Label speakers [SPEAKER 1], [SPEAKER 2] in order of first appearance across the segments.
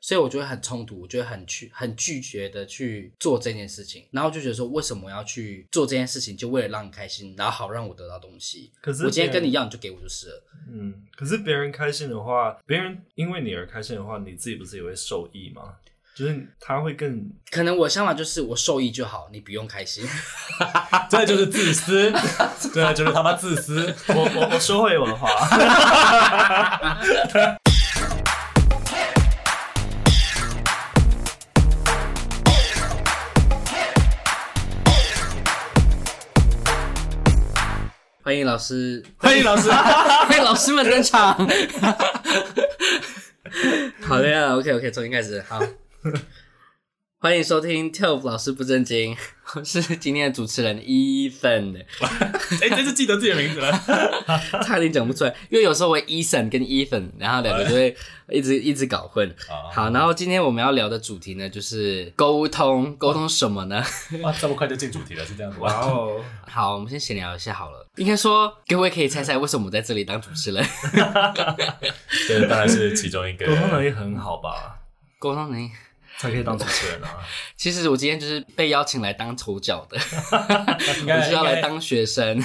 [SPEAKER 1] 所以我就会很冲突，我就会很去很拒绝的去做这件事情，然后就觉得说为什么我要去做这件事情，就为了让你开心，然后好让我得到东西。
[SPEAKER 2] 可是
[SPEAKER 1] 我今天跟
[SPEAKER 2] 别人
[SPEAKER 1] 你要，你就给我就是了。
[SPEAKER 2] 嗯，可是别人开心的话，别人因为你而开心的话，你自己不是也会受益吗？就是他会更，
[SPEAKER 1] 可能我的想法就是我受益就好，你不用开心。
[SPEAKER 3] 这就是 自私，
[SPEAKER 2] 啊
[SPEAKER 3] 这就是他妈自私。
[SPEAKER 2] 我我我说回我的 话，
[SPEAKER 1] 欢迎老师，
[SPEAKER 3] 欢迎老师，
[SPEAKER 1] 欢迎老师们登场。 好的呀，OK OK，重新开始。好， 欢迎收听 TILF 老师不正经，我是今天的主持人 Ethan，
[SPEAKER 3] 哎，这次记得自己的名字了。
[SPEAKER 1] 差点讲不出来，因为有时候我 Ethan 跟 Ethan，然后两个就会
[SPEAKER 3] 哎
[SPEAKER 1] 一直一直搞混。
[SPEAKER 3] 哦
[SPEAKER 1] 好，然后今天我们要聊的主题呢，就是沟通，沟通什么呢？
[SPEAKER 3] 哇，这么快就进主题了，是这样子
[SPEAKER 2] 哇
[SPEAKER 3] 吗？
[SPEAKER 2] 哦，
[SPEAKER 1] 好，我们先闲聊一下好了。应该说，各位可以猜猜为什么我在这里当主持人？
[SPEAKER 3] 这当然是其中一个
[SPEAKER 2] 沟通能力很好吧，
[SPEAKER 1] 沟通能力
[SPEAKER 2] 才可以当主持人啊。
[SPEAKER 1] 其实我今天就是被邀请来当丑角的，
[SPEAKER 3] 应
[SPEAKER 1] 我
[SPEAKER 3] 该
[SPEAKER 1] 是要来当学 生，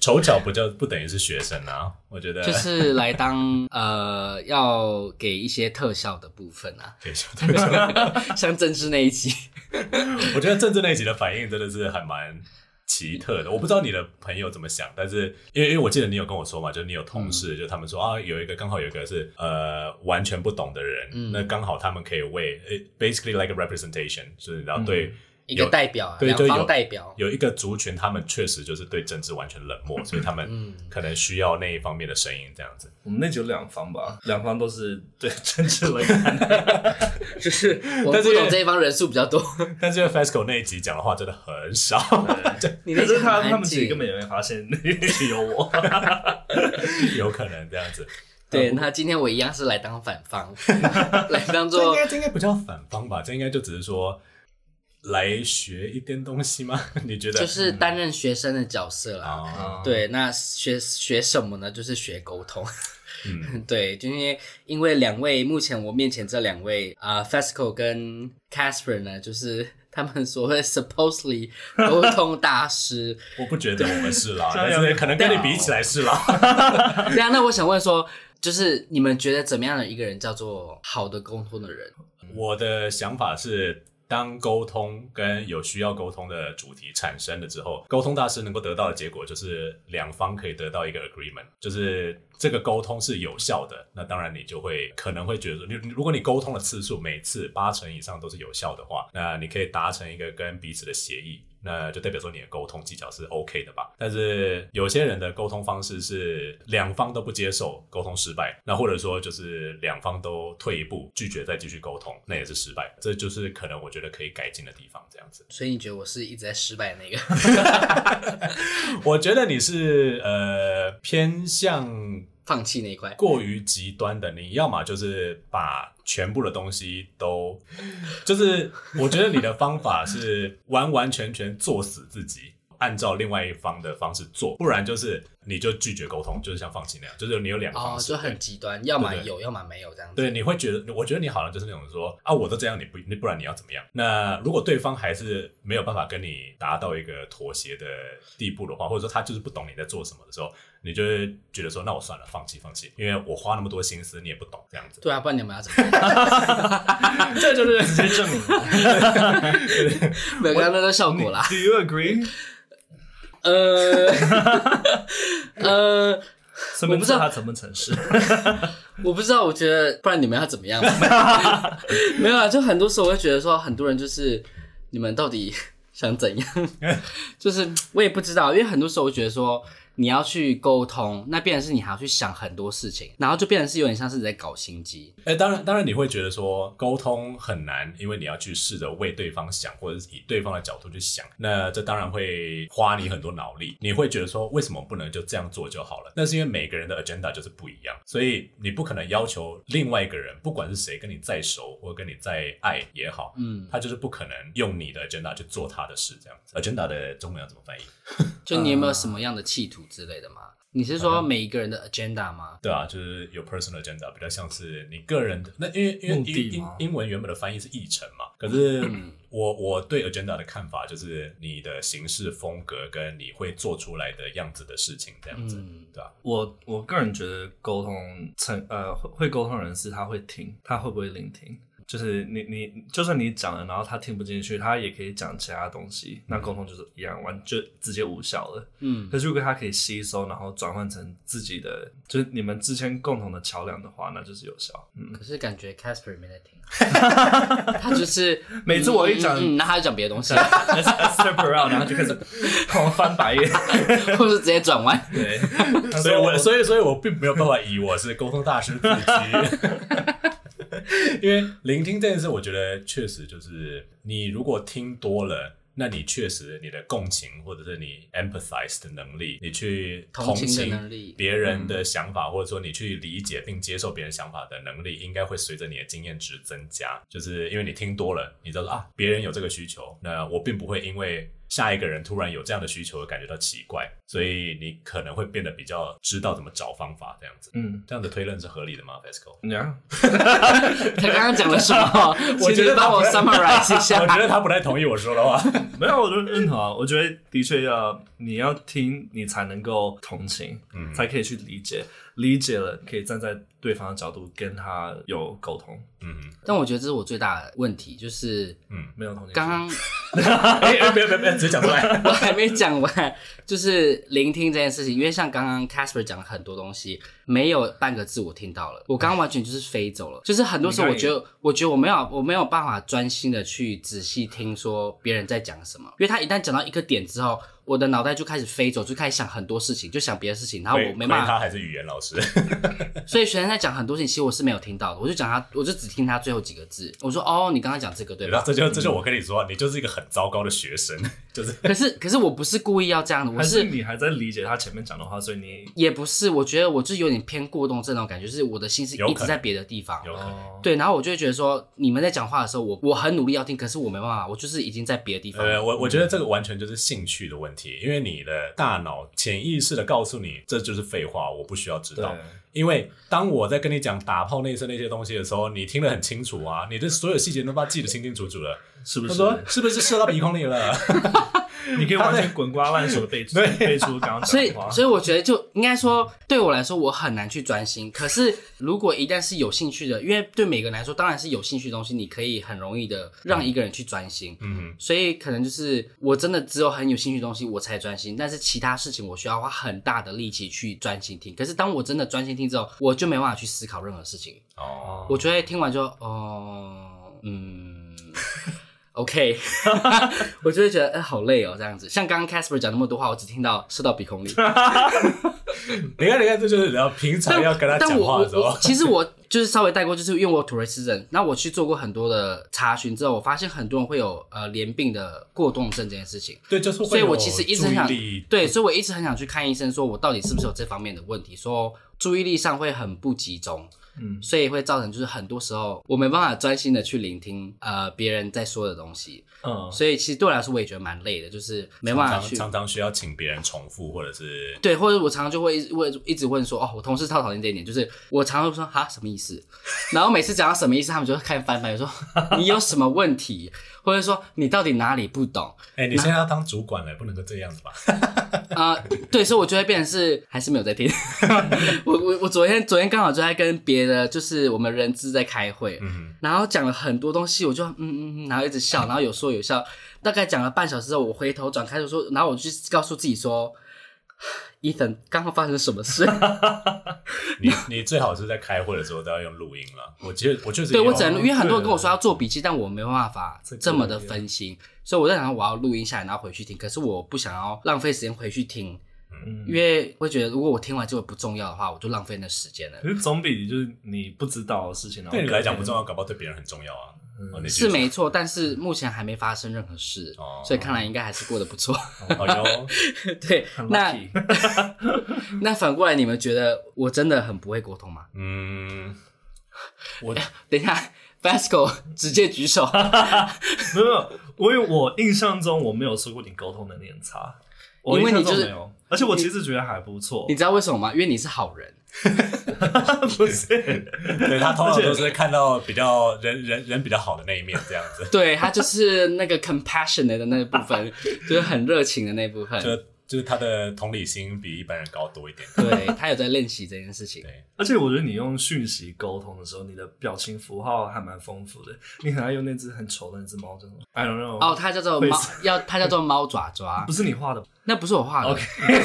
[SPEAKER 3] 丑角，不就不等于是学生啊？我觉得
[SPEAKER 1] 就是来当呃要给一些特效的部分 啊，
[SPEAKER 3] 可以说对 不起
[SPEAKER 1] 像政治那一集，
[SPEAKER 3] 我觉得政治那一集的反应真的是还蛮奇特的。我不知道你的朋友怎么想，但是因为因为我记得你有跟我说嘛，就是你有同
[SPEAKER 1] 嗯
[SPEAKER 3] 事，就他们说啊，有一个刚好有一个是呃完全不懂的人，
[SPEAKER 1] 嗯
[SPEAKER 3] 那刚好他们可以为呃 basically like a representation，就是然后对。
[SPEAKER 1] 一个代表啊，嗯
[SPEAKER 3] 对
[SPEAKER 1] 两
[SPEAKER 3] 就有
[SPEAKER 1] 方代表，
[SPEAKER 3] 有一个族群，他们确实就是对政治完全冷漠，所以他
[SPEAKER 1] 嗯
[SPEAKER 3] 们可能需要那一方面的声音，这样子。
[SPEAKER 2] 我们那集有两方吧，两方都是对政治 冷感。
[SPEAKER 1] 就是我
[SPEAKER 3] 但
[SPEAKER 1] 们
[SPEAKER 3] 是
[SPEAKER 1] 不
[SPEAKER 3] 也
[SPEAKER 1] 懂这一方人数比较多，
[SPEAKER 3] 但是因为 FESCO 那一集讲的话真的很少，
[SPEAKER 1] 你那
[SPEAKER 2] 可
[SPEAKER 1] 集
[SPEAKER 2] 是
[SPEAKER 1] 很
[SPEAKER 2] 他他
[SPEAKER 1] 安
[SPEAKER 2] 们自己根
[SPEAKER 1] 静。
[SPEAKER 2] 本也没发现 那集有我。
[SPEAKER 3] 有可能这样子。
[SPEAKER 1] 对，那今天我一样是来当反 方，来当
[SPEAKER 3] 这应
[SPEAKER 1] 做
[SPEAKER 3] 该这应该不叫反方吧？这应该就只是说来学一点东西吗？ 你觉得？
[SPEAKER 1] 就是担任学生的角色啦。
[SPEAKER 3] 啊，
[SPEAKER 1] 对，那学学什么呢？就是学沟通。 对，就因为因为两位目前我面前这两位啊、f e s c o 跟 Casper 呢，就是他们所谓 supposedly 沟通大 师。
[SPEAKER 3] 我不觉得我们是 啦，
[SPEAKER 2] 张
[SPEAKER 3] 但
[SPEAKER 2] 扬
[SPEAKER 3] 是可能跟你比起来是啦。
[SPEAKER 1] 对啊，那我想问说，就是你们觉得怎么样的一个人叫做好的沟通的人？
[SPEAKER 3] 我的想法是。当沟通跟有需要沟通的主题产生了之后，沟通大师能够得到的结果就是两方可以得到一个 agreement，就是这个沟通是有效的。那当然你就会可能会觉得说，你你如果你沟通的次数每次八成以上都是有效的话，那你可以达成一个跟彼此的协议。那就代表说你的沟通技巧是 OK 的吧？但是有些人的沟通方式是两方都不接受，沟通失败，那或者说就是两方都退一步，拒绝再继续沟通，那也是失败。这就是可能我觉得可以改进的地方。这样子，
[SPEAKER 1] 所以你觉得我是一直在失败的那个？
[SPEAKER 3] 我觉得你是呃偏向
[SPEAKER 1] 放弃那一块，
[SPEAKER 3] 过于极端的，你要么就是把全部的东西都，就是我觉得你的方法是完完全全做死自己，按照另外一方的方式做，不然就是你就拒绝沟通，就是像放弃那样，就是你有两个
[SPEAKER 1] 哦
[SPEAKER 3] 方，式，
[SPEAKER 1] 就很极端，要么
[SPEAKER 3] 对对
[SPEAKER 1] 有，要么没有这样子。
[SPEAKER 3] 对，你会觉得，我觉得你好像就是那种说啊，我都这样，你不，你不然你要怎么样？那如果对方还是没有办法跟你达到一个妥协的地步的话，或者说他就是不懂你在做什么的时候，你就会觉得说，那我算了，放弃，放弃，因为我花那么多心思，你也不懂这样子。
[SPEAKER 1] 对啊，不然你们要怎么 办？
[SPEAKER 2] 这就是直接 证明。
[SPEAKER 1] 没有，刚刚那都 效果啦。
[SPEAKER 2] Do you agree？
[SPEAKER 1] 呃呃，
[SPEAKER 2] 我
[SPEAKER 1] 我不知道
[SPEAKER 2] 他诚不诚实。
[SPEAKER 1] 我不知道，我觉得不然你们要怎么样？ 没有啊，就很多时候我会觉得说，很多人就是你们到底 想怎样？就是我也不知道，因为很多时候我觉得说你要去沟通，那变成是你还要去想很多事情，然后就变成是有点像是你在搞心机。
[SPEAKER 3] 哎、当然，当然你会觉得说沟通很难，因为你要去试着为对方想，或者是以对方的角度去想，那这当然会花你很多脑力。你会觉得说，为什么不能就这样做就好了？那是因为每个人的 agenda 就是不一样，所以你不可能要求另外一个人，不管是谁跟你再熟或跟你再爱也好，嗯，他就是不可能用你的 agenda 去做他的事，这样子。agenda 的中文要怎么翻译？
[SPEAKER 1] 就你有没有什么样的企图之类的吗？你是
[SPEAKER 3] 嗯
[SPEAKER 1] 说每一个人的 agenda 吗？
[SPEAKER 3] 对啊，就是有 personal agenda，比较像是你个人的。那因为因为
[SPEAKER 2] 目的
[SPEAKER 3] 英英
[SPEAKER 2] 吗
[SPEAKER 3] 英文原本的翻译是议程嘛，可是我我对 agenda 的看法就是你的行事风格跟你会做出来的样子的事情这样子，
[SPEAKER 1] 嗯
[SPEAKER 3] 对吧、
[SPEAKER 2] 我我个人觉得沟通成呃会会沟通的人是他会听，他会不会聆听？就是你你就算你讲了，然后他听不进去，他也可以讲其他东西，那沟通就是一样完就直接无效了。
[SPEAKER 1] 嗯
[SPEAKER 2] 可是如果他可以吸收，然后转换成自己的，就是你们之间共同的桥梁的话，那就是有效。 嗯，
[SPEAKER 1] 可是感觉 Casper 没在 听，他就是
[SPEAKER 2] 每次我一讲
[SPEAKER 1] 嗯嗯嗯那他就讲别的东西，
[SPEAKER 2] Esther p e r e l 然后就开始狂翻白眼。
[SPEAKER 1] 或者直接转弯。
[SPEAKER 2] 对，
[SPEAKER 3] 所以我所以所以我并没有办法以我是沟通大师自居，因为聆听这件事，我觉得确实就是你如果听多了。那你确实你的共情或者是你 empathize 的能力，你去
[SPEAKER 1] 同情的
[SPEAKER 3] 情
[SPEAKER 1] 能力嗯
[SPEAKER 3] 别人的想法，或者说你去理解并接受别人想法的能力，应该会随着你的经验值增加。就是因为你听多了，你知道说啊，别人有这个需求，那我并不会因为下一个人突然有这样的需求而感觉到奇怪，所以你可能会变得比较知道怎么找方法这样子。
[SPEAKER 2] 嗯，
[SPEAKER 3] 这样的推论是合理的吗，Fesco？
[SPEAKER 2] 然后
[SPEAKER 1] 他刚刚讲了什么？
[SPEAKER 3] 我觉
[SPEAKER 1] 请
[SPEAKER 3] 得
[SPEAKER 1] 你帮我
[SPEAKER 3] 他
[SPEAKER 1] summarize 一下
[SPEAKER 3] 我。觉得他不太同意我说的话。
[SPEAKER 2] 没有，我就认同啊。我觉得的确要你要听，你才能够同情，
[SPEAKER 3] 嗯
[SPEAKER 2] 才可以去理解，理解了可以站在对方的角度跟他有沟通，
[SPEAKER 3] 嗯
[SPEAKER 1] 但我觉得这是我最大的问题，就是
[SPEAKER 3] 嗯，
[SPEAKER 2] 没有同情心。
[SPEAKER 1] 刚刚
[SPEAKER 3] 哎、哎，别别别，直接讲出 来。
[SPEAKER 1] 我还没讲完，就是聆听这件事情，因为像刚刚 Casper 讲了很多东西，没有半个字我听到了，我刚刚完全就是飞走了。就是很多时候，我觉得，我觉得我没有，我没有办法专心的去仔细听说别人在讲什么，因为他一旦讲到一个点之后，我的脑袋就开始飞走，就开始想很多事情，就想别的事情，然后我没
[SPEAKER 3] 亏
[SPEAKER 1] 办
[SPEAKER 3] 他
[SPEAKER 1] 法。
[SPEAKER 3] 还是语言老师。
[SPEAKER 1] 所以学生在讲很多事情，其实我是没有听到的，我就讲他，我就只听他最后几个字。我说哦，你刚刚讲这个对
[SPEAKER 3] 然
[SPEAKER 1] 吧嗯
[SPEAKER 3] 后？这就这就我跟你说，你就是一个很糟糕的学生，就是
[SPEAKER 1] 可是可是我不是故意要这样的，我
[SPEAKER 2] 还
[SPEAKER 1] 是
[SPEAKER 2] 是你还在理解他前面讲的话，所以你
[SPEAKER 1] 也不是，我觉得我就是有点偏过动症那种感觉，就是我的心是
[SPEAKER 3] 有可
[SPEAKER 1] 一
[SPEAKER 3] 能
[SPEAKER 1] 直在别的地方。
[SPEAKER 3] 有可能。
[SPEAKER 1] 对，然后我就会觉得说，你们在讲话的时候，我我很努力要听，可是我没办法，我就是已经在别的地方了。
[SPEAKER 3] 呃，我我觉得这个完全就是兴趣的问题，因为你的大脑潜意识的告诉你，这就是废话，我不需要知道。因为当我在跟你讲打炮内射那些东西的时候，你听得很清楚啊，你的所有细节都把它记得清清楚楚了。
[SPEAKER 2] 是不
[SPEAKER 3] 他
[SPEAKER 2] 是？
[SPEAKER 3] 说是不是射到鼻孔里了？
[SPEAKER 2] 你可以完全滚瓜烂熟的背 出背出刚刚
[SPEAKER 1] 所
[SPEAKER 2] 讲
[SPEAKER 1] 以
[SPEAKER 2] 的话，，
[SPEAKER 1] 所以我觉得就应该说，对我来说，我很难去专心。可是如果一旦是有兴趣的，因为对每个人来说，当然是有兴趣的东西，你可以很容易的让一个人去专心。
[SPEAKER 3] 嗯，
[SPEAKER 1] 所以可能就是我真的只有很有兴趣的东西我才专心，但是其他事情我需要花很大的力气去专心听。可是当我真的专心听之后，我就没办法去思考任何事情，
[SPEAKER 3] 哦，
[SPEAKER 1] 我就会听完就哦，嗯，OK，我就会觉得哎、好累哦这样子。像刚刚 Casper 讲那么多话，我只听到射到鼻 孔里。
[SPEAKER 3] 你看你看，这就是你要平常要跟他
[SPEAKER 1] 但
[SPEAKER 3] 讲
[SPEAKER 1] 我
[SPEAKER 3] 话的时
[SPEAKER 1] 我
[SPEAKER 3] 候
[SPEAKER 1] 我，其实我就是稍微带过，就是因为我有土瑞斯症，那我去做过很多的查询之后，我发现很多人会有呃连病的过动症这件事情。
[SPEAKER 3] 对，就是会
[SPEAKER 1] 所以
[SPEAKER 3] 有
[SPEAKER 1] 我其实一直
[SPEAKER 3] 注
[SPEAKER 1] 很
[SPEAKER 3] 意
[SPEAKER 1] 想
[SPEAKER 3] 力嗯
[SPEAKER 1] 对，所以我一直很想去看医生，说我到底是不是有这方面的问题，说注意力上会很不集中，
[SPEAKER 2] 嗯，
[SPEAKER 1] 所以会造成就是很多时候我没办法专心的去聆听呃别人在说的东西，
[SPEAKER 2] 嗯，
[SPEAKER 1] 所以其实对我来说我也觉得蛮累的，就是没办法
[SPEAKER 3] 哦常
[SPEAKER 1] 去。
[SPEAKER 3] 常常需要请别人重复，或者是
[SPEAKER 1] 对，或者我常常就会一直问，一直问说，哦，我同事超讨厌这一点，就是我常常会说哈什么意思， 然后每次讲到什么意思，他们就会看翻翻，说 你有什么问题，或者说你到底哪里不懂，
[SPEAKER 3] 哎、你现在要当主管了，不能够这样 子吧？
[SPEAKER 1] 啊，对，所以我就会变成是还是没有在听。 我我我昨天昨天刚好就在跟别的就是我们人资在开会，
[SPEAKER 3] 嗯
[SPEAKER 1] 然后讲了很多东西，我就嗯嗯嗯，然后一直笑，然后有说有笑，大概讲了半小时之后，我回头转开就说，然后我就告诉自己说。伊藤，刚刚发生什么 事？
[SPEAKER 3] 你你最好是在开会的时候都要用录音了。我其实我确实
[SPEAKER 1] 对
[SPEAKER 3] 也
[SPEAKER 1] 我
[SPEAKER 3] 有
[SPEAKER 1] 只能录，因为很多人
[SPEAKER 2] 哦对啊
[SPEAKER 1] 跟我说要做笔记，但我没有办法
[SPEAKER 2] 这个
[SPEAKER 1] 这么的分心，所以我在想我要录音下来，然后回去听。可是我不想要浪费时间回去听，
[SPEAKER 2] 嗯
[SPEAKER 1] 因为会觉得如果我听完这个不重要的话，我就浪费那时间了。
[SPEAKER 2] 可是总比就是你不知道的事情，然啊后
[SPEAKER 3] 对你来讲不重要，搞不好对别人很重要啊。哦你继
[SPEAKER 1] 嗯
[SPEAKER 3] 续
[SPEAKER 1] 是没错，但是目前还没发生任何事，
[SPEAKER 3] 哦
[SPEAKER 1] 所以看来应该还是过得不错。
[SPEAKER 3] 好哦哟，
[SPEAKER 1] 对，
[SPEAKER 2] 很
[SPEAKER 1] 那
[SPEAKER 2] lucky
[SPEAKER 1] 那反过来，你们觉得我真的很不会沟通吗？
[SPEAKER 3] 嗯，我
[SPEAKER 1] 等一下，Vasco 直接举 手，
[SPEAKER 2] 没有，没有，我因为我印象中我没有说过你沟通能力很差，我
[SPEAKER 1] 因为
[SPEAKER 2] 印
[SPEAKER 1] 你
[SPEAKER 2] 象
[SPEAKER 1] 就
[SPEAKER 2] 中没
[SPEAKER 1] 是
[SPEAKER 2] 有，而且我其实觉得还不错
[SPEAKER 1] 你，知道为什么吗？因为你是好人，
[SPEAKER 2] 不是？
[SPEAKER 3] 对他通常都是看到比较 人人人比较好的那一面这样 子，
[SPEAKER 1] 对他就是那个 compassionate 的那部分，就是很热情的那部分。
[SPEAKER 3] 就就是他的同理心比一般人高多一点。
[SPEAKER 1] 对他有在练习这件事情
[SPEAKER 3] 对，
[SPEAKER 2] 而且我觉得你用讯息沟通的时候，你的表情符号还蛮丰富的。你很爱用那只很丑的那只猫，叫什么？I don't know。
[SPEAKER 1] 哦，它叫做
[SPEAKER 2] 会
[SPEAKER 1] 猫，要它叫做猫爪爪
[SPEAKER 2] 不，是你画的，
[SPEAKER 1] 那不是我画的
[SPEAKER 2] OK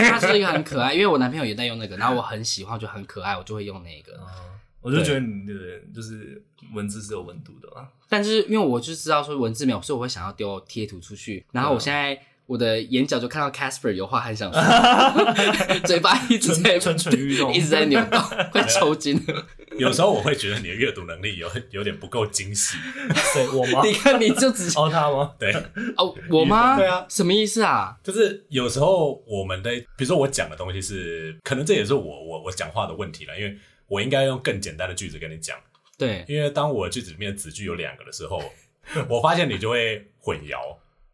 [SPEAKER 1] 它是一个很可爱，因为我男朋友也在用那个，然后我很喜欢，我觉得很可爱，我就会用
[SPEAKER 2] 哦
[SPEAKER 1] 那个。
[SPEAKER 2] 我就觉得你的人就是文字是有温度的 啦。
[SPEAKER 1] 但是因为我就知道说文字没有，所以我会想要丢贴图出去。然后我现在我的眼角就看到 Casper 有话很想 说，嘴巴一直在
[SPEAKER 2] 蠢蠢蠢欲 动
[SPEAKER 1] 一直在扭动，快抽筋了。
[SPEAKER 3] 有时候我会觉得你的阅读能力有有点不够精细。
[SPEAKER 2] 谁我吗？
[SPEAKER 1] 你看你就只
[SPEAKER 2] 哦，他吗？
[SPEAKER 3] 对，
[SPEAKER 1] 哦，我吗？
[SPEAKER 3] 对啊，
[SPEAKER 1] 什么意思啊？
[SPEAKER 3] 就是有时候我们的，比如说我讲的东西是，可能这也是我我我讲话的问题了，因为我应该用更简单的句子跟你讲，
[SPEAKER 1] 对，
[SPEAKER 3] 因为当我句子里面的子句有两个的时候， 我发现你就会混淆，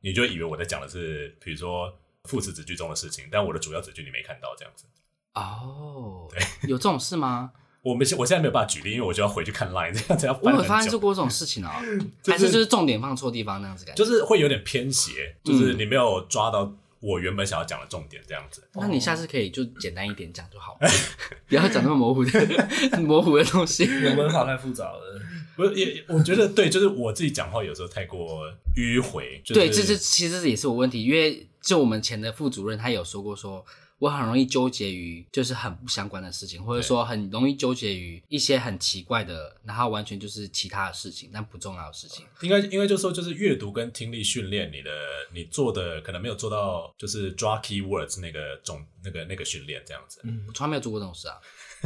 [SPEAKER 3] 你就会以为我在讲的是，比如说副词子句中的事情，但我的主要子句你没看到这样子。
[SPEAKER 1] 哦，有这种事吗？
[SPEAKER 3] 我们现我现在没有办法举例，因为我就要回去看 line，这 样子要
[SPEAKER 1] 我
[SPEAKER 3] 翻
[SPEAKER 1] 有发
[SPEAKER 3] 很
[SPEAKER 1] 生
[SPEAKER 3] 久，
[SPEAKER 1] 过这种事情哦，
[SPEAKER 3] 是
[SPEAKER 1] 还是就是重点放错地方那样子感觉。
[SPEAKER 3] 就是会有点偏斜，就是
[SPEAKER 1] 嗯
[SPEAKER 3] 你没有抓到我原本想要讲的重点这样子。
[SPEAKER 1] 那你下次可以就简单一点讲就好，不要讲那么模糊的 模糊的东西。
[SPEAKER 2] 我文法太复杂了。
[SPEAKER 3] 不是，也也我觉得对，就是我自己讲话有时候太过迂回，就是、
[SPEAKER 1] 对，这这其实也是我问题，因为就我们前的副主任他有说过说。我很容易纠结于就是很不相关的事情，或者说很容易纠结于一些很奇怪的，然后完全就是其他的事情，但不重要的事情。
[SPEAKER 3] 应该应该就说就是阅读跟听力训练，你的你做的可能没有做到，就是抓 key words 那个种那个那个训练这样子，
[SPEAKER 1] 我从来没有做过这种事啊，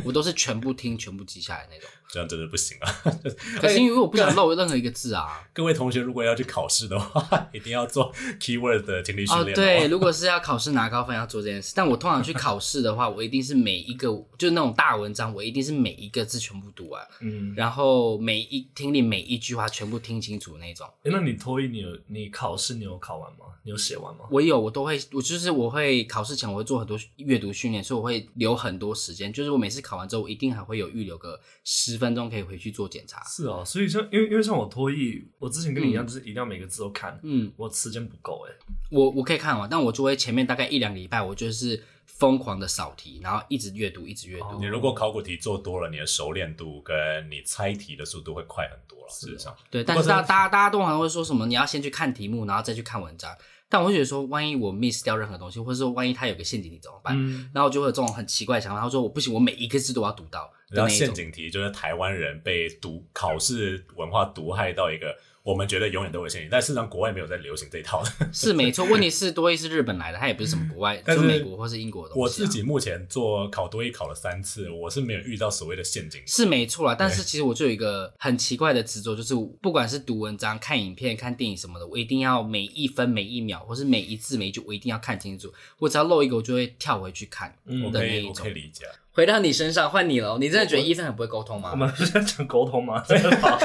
[SPEAKER 1] 我都是全部听、全部记下来那 种。
[SPEAKER 3] 这样真的不行啊！
[SPEAKER 1] 可是因为我不想漏任何一个字啊。
[SPEAKER 3] 各位同学如果要去考试的话，一定要做 key word 的听力训
[SPEAKER 1] 哦，
[SPEAKER 3] 练、
[SPEAKER 1] 对，，如果是要考试拿高分要做这件事，但我通常去考试的话，我一定是每一个就是那种大文章，我一定是每一个字全部读完，
[SPEAKER 2] 嗯，
[SPEAKER 1] 然后每一听力每一句话全部听清楚那种。
[SPEAKER 2] 诶那你托一你有你考试你有考完吗？你有写完吗？
[SPEAKER 1] 我有，我都会，我就是我会考试前我会做很多阅读训练，所以我会留很多时间。就是我每次考完之后，我一定还会有预留个十分钟可以回去做检查。
[SPEAKER 2] 是哦，所以像因为因为像我脱译，我之前跟你一样，
[SPEAKER 1] 嗯
[SPEAKER 2] 就是一定要每个字都看，
[SPEAKER 1] 嗯，
[SPEAKER 2] 我时间不够哎、
[SPEAKER 1] 我我可以看完，但我就会前面大概一两个礼拜，我就是疯狂的扫题，然后一直阅读，一直阅读。
[SPEAKER 3] 哦你如果考古题做多了，你的熟练度跟你猜题的速度会快很多了。事实上，
[SPEAKER 1] 对，但是大大家大家通常会说什么？你要先去看题目，然后再去看文章。但我会觉得说，万一我 miss 掉任何东西，或者说万一它有个陷阱，你怎么办？
[SPEAKER 2] 嗯，
[SPEAKER 1] 然后我就会有这种很奇怪的想法。他说我不行，我每一个字都要读到的那
[SPEAKER 3] 然后
[SPEAKER 1] 一
[SPEAKER 3] 陷
[SPEAKER 1] 种。
[SPEAKER 3] 阱题就是台湾人被毒考试文化毒害到一个我们觉得永远都会陷阱，但事实上国外没有在流行这 一套的。
[SPEAKER 1] 是没错，问题是多一是日本来的，它也不是什么国外，
[SPEAKER 3] 嗯但
[SPEAKER 1] 就是美国或是英国的东西、啊。
[SPEAKER 3] 我自己目前做考多一考了三次，我是没有遇到所谓的陷阱。
[SPEAKER 1] 是没错啦，但是其实我就有一个很奇怪的执着，就是不管是读文章、看影片、看电影什么的，我一定要每一分每一秒，或是每一字每一句，我一定要看清楚。我只要漏一个，我就会跳回去看
[SPEAKER 2] 嗯
[SPEAKER 3] 我
[SPEAKER 1] 的
[SPEAKER 3] 可
[SPEAKER 1] 那
[SPEAKER 3] 以，
[SPEAKER 1] 一
[SPEAKER 3] 我
[SPEAKER 1] 种
[SPEAKER 3] 可以。理解。
[SPEAKER 1] 回到你身上，换你了。你真的觉得医生很不会沟通
[SPEAKER 2] 我
[SPEAKER 1] 吗？
[SPEAKER 2] 们不是在讲沟通 吗？这个好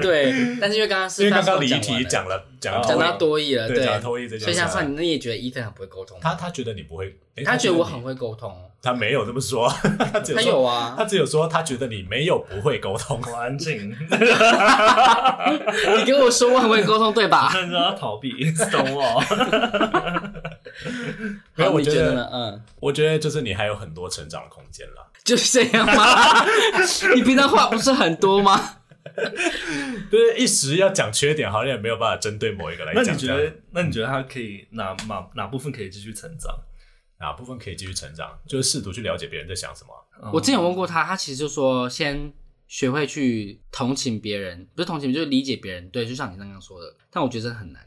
[SPEAKER 1] 对，但是因为刚刚是
[SPEAKER 3] 因为刚刚离
[SPEAKER 1] 离
[SPEAKER 3] 题讲了讲了
[SPEAKER 2] 哦
[SPEAKER 1] 讲
[SPEAKER 3] 多一
[SPEAKER 1] 到多义了，
[SPEAKER 3] 对
[SPEAKER 1] 对，
[SPEAKER 3] 讲到多义这件事
[SPEAKER 1] 所以想说，你也觉得医生很不会沟通吗？
[SPEAKER 3] 他他觉得你不会，诶
[SPEAKER 1] 他觉得我
[SPEAKER 3] 你
[SPEAKER 1] 很会沟通，
[SPEAKER 3] 他没有这么说， 他只有
[SPEAKER 1] 他
[SPEAKER 3] 说
[SPEAKER 1] 有啊
[SPEAKER 3] 他，只有说他觉得你没有不会沟通。
[SPEAKER 2] 我安静，
[SPEAKER 1] 你跟我说我很会沟通对 吧？
[SPEAKER 2] 但是要逃避，懂我？
[SPEAKER 3] 没有
[SPEAKER 1] 好
[SPEAKER 3] 我
[SPEAKER 1] 你
[SPEAKER 3] 觉
[SPEAKER 1] 觉
[SPEAKER 3] 得
[SPEAKER 1] 得呢？嗯。
[SPEAKER 3] 我觉得就是你还有很多成长的空间啦。
[SPEAKER 1] 就是这样 吗？你平常话不是很多吗？
[SPEAKER 3] 就是一时要讲缺点，好像也没有办法针对某一个来
[SPEAKER 2] 那
[SPEAKER 3] 讲。
[SPEAKER 2] 你觉
[SPEAKER 3] 这样
[SPEAKER 2] 得那你觉得他可以哪哪哪部分可以继续成长？
[SPEAKER 3] 哪部分可以继续成长？就是试图去了解别人在想什么。
[SPEAKER 2] 嗯
[SPEAKER 1] 我之前有问过他，他其实就说先学会去同情别人，不是同情，就是理解别人。对，就像你刚刚说的，但我觉得真的 很难。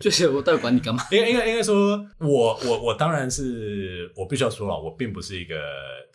[SPEAKER 1] 就是我到底管你干嘛？
[SPEAKER 3] 应该应该应该说，我我我当然是我必须要说了，我并不是一个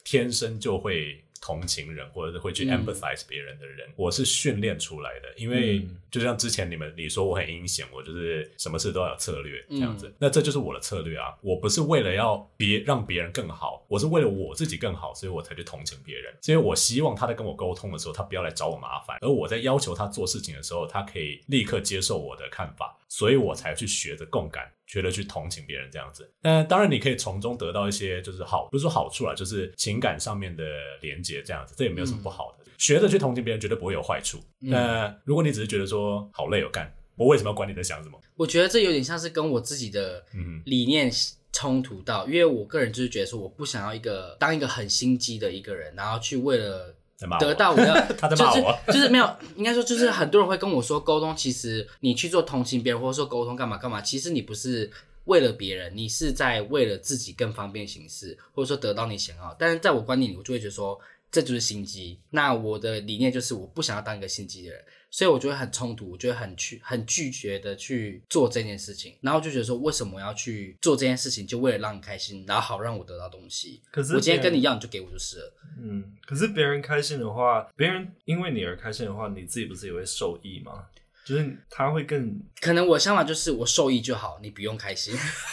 [SPEAKER 3] 天生就会同情人或者是会
[SPEAKER 1] 嗯
[SPEAKER 3] 去 empathize 别人的人，我是训练出来的。因为
[SPEAKER 2] 嗯
[SPEAKER 3] 就像之前你们你说我很阴险，我就是什么事都要有策略这样子，那这就是我的策略啊。我不是为了要别让别人更好，我是为了我自己更好，所以我才去同情别人。所以我希望他在跟我沟通的时候，他不要来找我麻烦，而我在要求他做事情的时候，他可以立刻接受我的看法。所以我才去学着共感，学着去同情别人这样子。那当然，你可以从中得到一些就是好，不是说好处啦，就是情感上面的连接这样子，这也没有什么不
[SPEAKER 1] 嗯
[SPEAKER 3] 好的。学着去同情别人，绝对不会有坏处。那如果你只是觉得说好累哦，干我为什么要管你在想什么？
[SPEAKER 1] 我觉得这有点像是跟我自己的
[SPEAKER 3] 嗯
[SPEAKER 1] 理念冲突到，因为我个人就是觉得说，我不想要一个当一个很心机的一个人，然后去为了
[SPEAKER 3] 在骂我
[SPEAKER 1] 得到我要，
[SPEAKER 3] 他在骂我
[SPEAKER 1] 就是，就是没有，应该说就是很多人会跟我说，沟通其实你去做同情别人，或者说沟通干嘛干嘛，其实你不是。为了别人，你是在为了自己更方便行事，或者说得到你想要。但是在我观点里，我就会觉得说，这就是心机。那我的理念就是，我不想要当一个心机的人。所以我觉得很冲突，我觉得很去很拒绝的去做这件事情，然后就觉得说为什么要去做这件事情，就为了让你开心，然后好让我得到东西。
[SPEAKER 2] 可是
[SPEAKER 1] 我今天
[SPEAKER 2] 别人
[SPEAKER 1] 跟你要，你就给我就是了。
[SPEAKER 2] 嗯，可是别人开心的话，别人因为你而开心的话，你自己不是也会受益吗？就是他会更
[SPEAKER 1] 可能我想法就是我受益就好，你不用开心。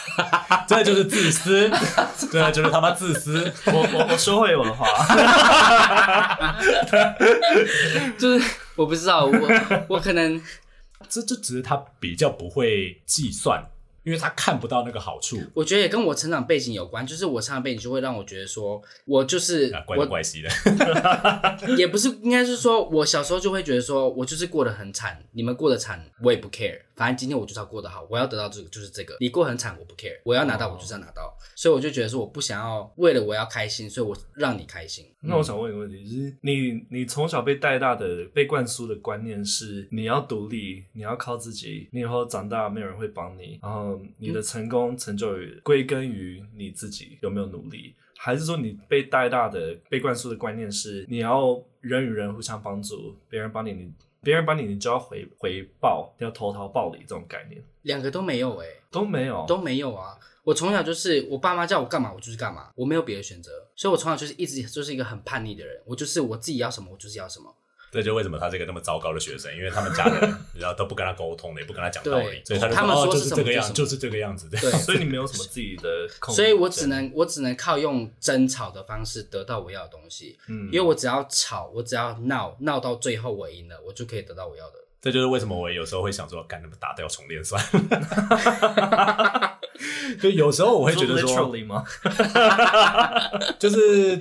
[SPEAKER 3] 这就是 自私，这就是他妈自私。
[SPEAKER 2] 我我我说回我的话，
[SPEAKER 1] 就是我不知道，我我可能
[SPEAKER 3] 这这只是他比较不会计算，因为他看不到那个好处。
[SPEAKER 1] 我觉得也跟我成长背景有关，就是我成长背景就会让我觉得说，我就是、
[SPEAKER 3] 啊，怪
[SPEAKER 1] 我
[SPEAKER 3] 东怪西的，
[SPEAKER 1] 也不是，应该是说，我小时候就会觉得说，我就是过得很惨，你们过得惨，我也不 care，反正今天我就是要过得好，我要得到这个就是这个，你过得很惨，我不 care，我要拿到我就是要拿到，所以我就觉得说，我不想要为了我要开心，所以我让你开心。
[SPEAKER 2] 那我想问一个问题，就是你你从小被带大的、被灌输的观念是你要独立，你要靠自己，你以后长大没有人会帮你，然后你
[SPEAKER 1] 嗯
[SPEAKER 2] 的成功成就于归根于你自己有没有努力，还是说你被带大的、被灌输的观念是你要人与人互相帮助，别人帮你你。别人帮你，你就要回回报，要投桃报李这种概念
[SPEAKER 1] 两个都没有诶、欸
[SPEAKER 2] 都没有，
[SPEAKER 1] 都没有啊。我从小就是我爸妈叫我干嘛，我就是干嘛，我没有别的选择，所以我从小就是一直就是一个很叛逆的人，我就是我自己要什么，我就是要什么。
[SPEAKER 3] 这就为什么他是一个那么糟糕的学生，因为他们家人 你知道都不跟他沟通的，也不跟他讲道理
[SPEAKER 1] 对，
[SPEAKER 3] 所以他就
[SPEAKER 1] 他们
[SPEAKER 3] 哦
[SPEAKER 1] 说
[SPEAKER 3] 就
[SPEAKER 1] 什
[SPEAKER 3] 是
[SPEAKER 1] 么
[SPEAKER 3] 是这个
[SPEAKER 1] 就是
[SPEAKER 3] 样，
[SPEAKER 1] 什么
[SPEAKER 3] 就是这个样子。
[SPEAKER 1] 对，
[SPEAKER 2] 所以你没有什么自己的 控制，
[SPEAKER 1] 所以我只能我只能靠用争吵的方式得到我要的东西，
[SPEAKER 2] 嗯
[SPEAKER 1] 因为我只要吵，我只要闹，闹到最后我赢了，我就可以得到我要的。
[SPEAKER 3] 这就是为什么我有时候会想说，干那么打掉重练算。 就有时候我会觉得
[SPEAKER 2] 说
[SPEAKER 3] 说，
[SPEAKER 2] literally 吗？
[SPEAKER 3] 就是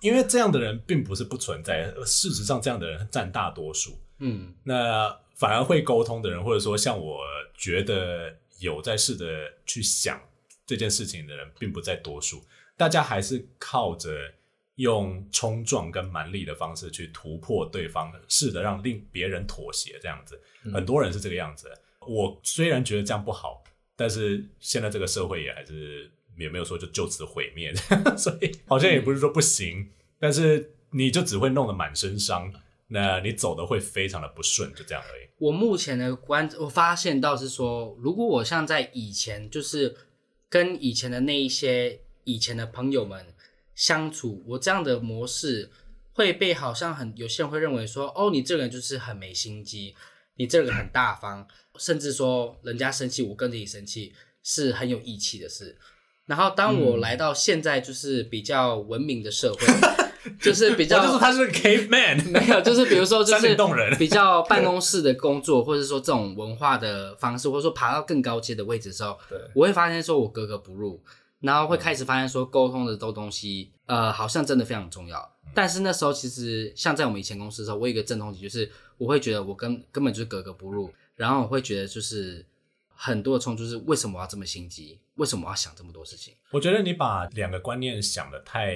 [SPEAKER 3] 因为这样的人并不是不存在，事实上这样的人占大多数。
[SPEAKER 1] 嗯，
[SPEAKER 3] 那反而会沟通的人，或者说像我觉得有在试着去想这件事情的人，并不在多数。大家还是靠着用冲撞跟蛮力的方式去突破对方，试着让令别人妥协，这样子。很多人是这个样子。我虽然觉得这样不好，但是现在这个社会也还是也没有说就就此毁灭， 所以好像也不是说不行，但是你就只会弄得满身伤，那你走的会非常的不顺，就这样而已。
[SPEAKER 1] 我目前的观我发现到是说，如果我像在以前，就是跟以前的那一些以前的朋友们相处，我这样的模式会被好像很有些人会认为说，哦，你这个人就是很没心机，你这个人很大方，甚至说人家生气我跟着你生气是很有义气的事。然后当
[SPEAKER 3] 嗯
[SPEAKER 1] 我来到现在就是比较文明的社会， 就是比较
[SPEAKER 3] 我就说他是 cave man，
[SPEAKER 1] 没有，就是比如说，就
[SPEAKER 3] 山
[SPEAKER 1] 是
[SPEAKER 3] 顶洞 人
[SPEAKER 1] 比较办公室的工作，或者说这种文化的方式，或者说爬到更高阶的位置的时候，
[SPEAKER 2] 对
[SPEAKER 1] 我会发现说我格格不入，然后会开始发现说沟通的这东西，呃，好像真的非常重要。
[SPEAKER 3] 嗯
[SPEAKER 1] 但是那时候其实像在我们以前公司的时候，我有一个阵痛期，就是我会觉得我根根本就是格格不入，然后我会觉得就是很多的冲突就是为什么我要这么心机，为什么我要想这么多事情？
[SPEAKER 3] 我觉得你把两个观念想的太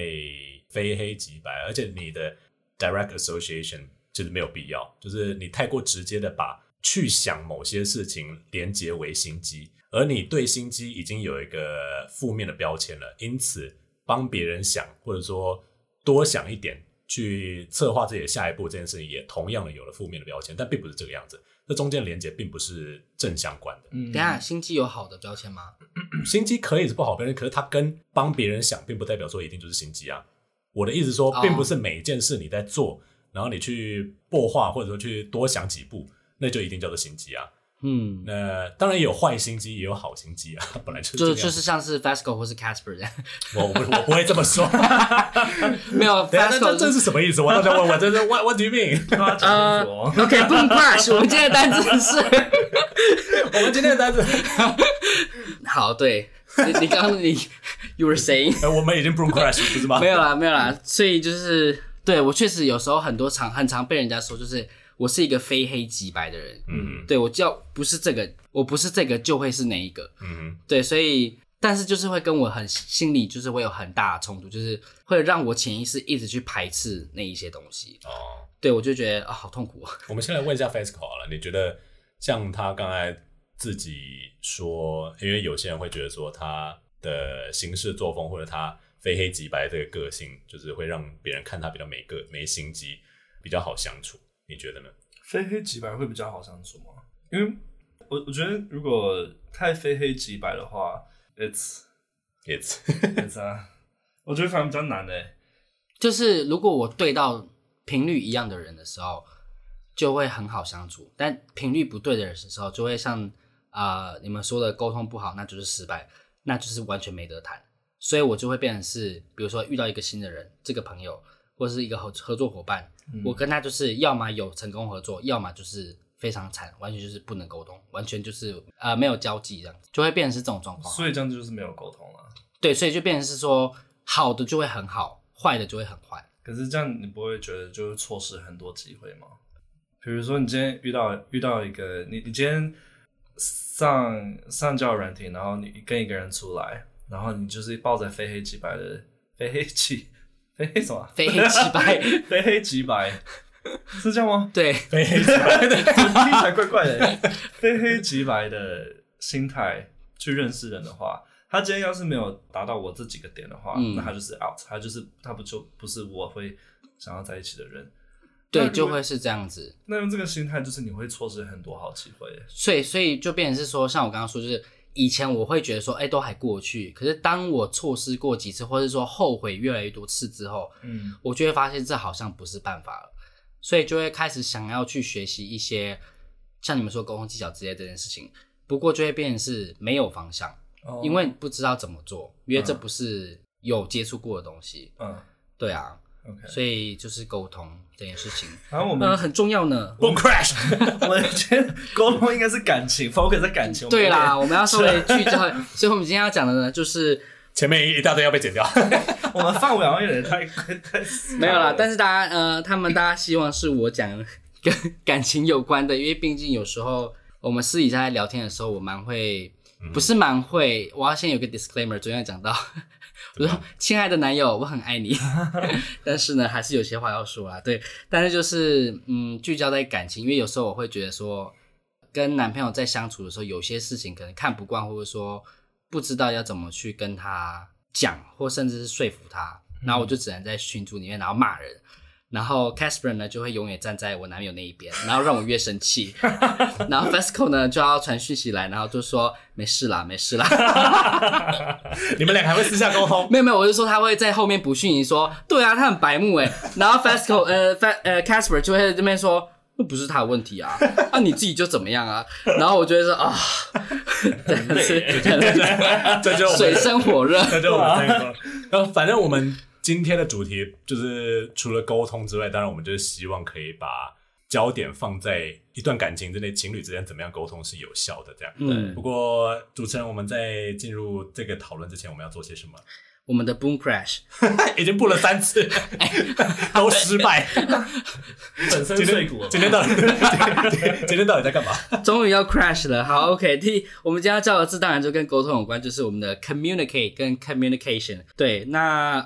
[SPEAKER 3] 非黑即白，而且你的 direct association 就是没有必要，就是你太过直接的把去想某些事情连结为心机，而你对心机已经有一个负面的标签了，因此帮别人想或者说多想一点去策划自己的下一步这件事情，也同样的有了负面的标签，但并不是这个样子，这中间连接并不是正相关的。
[SPEAKER 2] 嗯
[SPEAKER 1] 等 一下心机有好的标签吗？
[SPEAKER 3] 心机可以是不好别人，可是他跟帮别人想，并不代表说一定就是心机啊。我的意思说
[SPEAKER 1] 哦，
[SPEAKER 3] 并不是每一件事你在做，然后你去破化或者说去多想几步，那就一定叫做心机啊。
[SPEAKER 1] 嗯，
[SPEAKER 3] 那当然也有坏心机，也有好心机啊， 本来就是这
[SPEAKER 1] 就
[SPEAKER 3] 样
[SPEAKER 1] 就是像是 Fasco 或是 Casper 这样，
[SPEAKER 3] 我我不我不会这 么说。
[SPEAKER 1] 没有
[SPEAKER 3] 等一下，那这
[SPEAKER 1] Fasco
[SPEAKER 3] 这是什么意思？我刚才问我，这是 what what do you mean？
[SPEAKER 2] 对啊，这
[SPEAKER 1] 呃
[SPEAKER 2] 么说
[SPEAKER 1] OK 不能 crush，我们今天的单词是
[SPEAKER 3] 我们今天的单词，
[SPEAKER 1] 好，对你你刚刚你 you were saying
[SPEAKER 3] 呃我们已经 broom crash 不是 吗？
[SPEAKER 1] 没有啦没有啦，所以就是对我确实有时候很多常很常被人家说就是我是一个非黑即白的人，
[SPEAKER 3] 嗯
[SPEAKER 1] 对我叫不是这个我不是这个就会是哪一个，
[SPEAKER 3] 嗯
[SPEAKER 1] 对，所以但是就是会跟我很心里就是会有很大的冲突，就是会让我潜意识一直去排斥那一些东西。
[SPEAKER 3] 哦，
[SPEAKER 1] 对我就觉得啊、好痛苦、哦。
[SPEAKER 3] 我们先来问一下 Fesco 好了，你觉得像他刚才自己说，因为有些人会觉得说他的行事作风或者他非黑即白这个个性，就是会让别人看他比较没个没心机，比较好相处，你觉得呢？
[SPEAKER 2] 非黑即白会比较好相处吗？因为我我觉得如果太非黑即白的话，it's
[SPEAKER 3] It's
[SPEAKER 2] it's 啊， 我觉得反而比较难欸诶。
[SPEAKER 1] 就是如果我对到频率一样的人的时候，就会很好相处；但频率不对的时候，就会像啊、呃你们说的沟通不好，那就是失败，那就是完全没得谈。所以我就会变成是，比如说遇到一个新的人，这个朋友或是一个合合作伙伴，
[SPEAKER 2] 嗯
[SPEAKER 1] 我跟他就是要么有成功合作，要么就是非常惨，完全就是不能沟通，完全就是呃没有交际这样子，就会变成是这种状况。
[SPEAKER 2] 所以这样就是没有沟通了。
[SPEAKER 1] 对，所以就变成是说，好的就会很好，坏的就会很坏。
[SPEAKER 2] 可是这样你不会觉得就是错失很多机会吗？比如说你今天遇到遇到一个你你今天上上交友软体，然后你跟一个人出来，然后你就是抱着非黑即白的非黑即非黑什么啊
[SPEAKER 1] 非黑即 白
[SPEAKER 2] 非黑即白是这样吗？
[SPEAKER 1] 对，
[SPEAKER 3] 非黑即白的。
[SPEAKER 2] 怎么听起来怪怪的， 非黑即白的心态去认识人的话，他今天要是没有达到我这几个点的话，
[SPEAKER 1] 嗯
[SPEAKER 2] 那他就是 out，他就是他不就不是我会想要在一起的人。那
[SPEAKER 1] 对，
[SPEAKER 2] 如果
[SPEAKER 1] 就会是这样子。
[SPEAKER 2] 那用这个心态，就是你会错失很多好机会。
[SPEAKER 1] 所以，所以就变成是说，像我刚刚说，就是以前我会觉得说，哎、都还过去。可是当我错失过几次，或是说后悔越来越多次之后，
[SPEAKER 2] 嗯，
[SPEAKER 1] 我就会发现这好像不是办法了，所以就会开始想要去学习一些像你们说沟通技巧之类这件事情。不过就会变成是没有方向，
[SPEAKER 2] 哦
[SPEAKER 1] 因为不知道怎么做，因为这
[SPEAKER 2] 嗯
[SPEAKER 1] 不是有接触过的东西。
[SPEAKER 2] 嗯
[SPEAKER 1] 对啊，
[SPEAKER 2] ，OK，
[SPEAKER 1] 所以就是沟通这件事情，
[SPEAKER 2] 然后我 们
[SPEAKER 1] 呃，很重要呢。
[SPEAKER 3] Boom crash！
[SPEAKER 2] 我们今天沟通应该是感情，focus 在感情。
[SPEAKER 1] 对啦，
[SPEAKER 2] 我
[SPEAKER 1] 我们要稍微聚 焦，所以我们今天要讲的呢，就是
[SPEAKER 3] 前面一大堆要被剪掉。
[SPEAKER 2] 们我们范围好像有点太太太死
[SPEAKER 1] 没有啦，但
[SPEAKER 2] 了
[SPEAKER 1] 是大家呃，他们大家希望是我讲跟感情有关的，因为毕竟有时候我们私底下在聊天的时候，我蛮会，嗯不是蛮会，我要先有个 disclaimer，昨天有讲到， 我说亲爱的男友，我很爱你， 但是呢，还是有些话要说啊，对，但是就是嗯，聚焦在感情，因为有时候我会觉得说，跟男朋友在相处的时候，有些事情可能看不惯，或者说不知道要怎么去跟他讲，或甚至是说服他，然后我就只能在群组里面然后骂人。然后 Casper 呢就会永远站在我男友那一边，然后让我越生气。然后 Fesco 呢就要传讯息来，然后就说没事啦，没事啦。
[SPEAKER 3] 你们两个还会私下沟通？
[SPEAKER 1] 没有没有，我就说他会在后面补讯你说，对啊，他很白 目哎。然后 Fasco 呃 Fa 呃 Casper 就会在这边说，那不是他的问题 啊，那、你自己就怎么样啊？然后我就会说啊，真的是 很累
[SPEAKER 3] 这就我
[SPEAKER 1] 水
[SPEAKER 3] 们，
[SPEAKER 1] 深火 热。
[SPEAKER 3] 这就我们三
[SPEAKER 1] 啊
[SPEAKER 3] 个。然后反正我们今天的主题就是除了沟通之外，当然我们就是希望可以把焦点放在一段感情之内，情侣之间怎么样沟通是有效的这样。
[SPEAKER 1] 嗯
[SPEAKER 3] 不过主持人，我们在进入这个讨论之前，我们要做些什么？
[SPEAKER 1] 我们的 Boom Crash
[SPEAKER 3] 已经布了 三次，都失败。
[SPEAKER 2] 粉身
[SPEAKER 3] 今
[SPEAKER 2] 碎
[SPEAKER 3] 天
[SPEAKER 2] 骨了吧。
[SPEAKER 3] 今天到底 今天今天到底在干嘛？
[SPEAKER 1] 终于要 crash 了。好，OK，第我们今天要教的字当然就跟沟通有关，就是我们的 communicate 跟 communication。对，那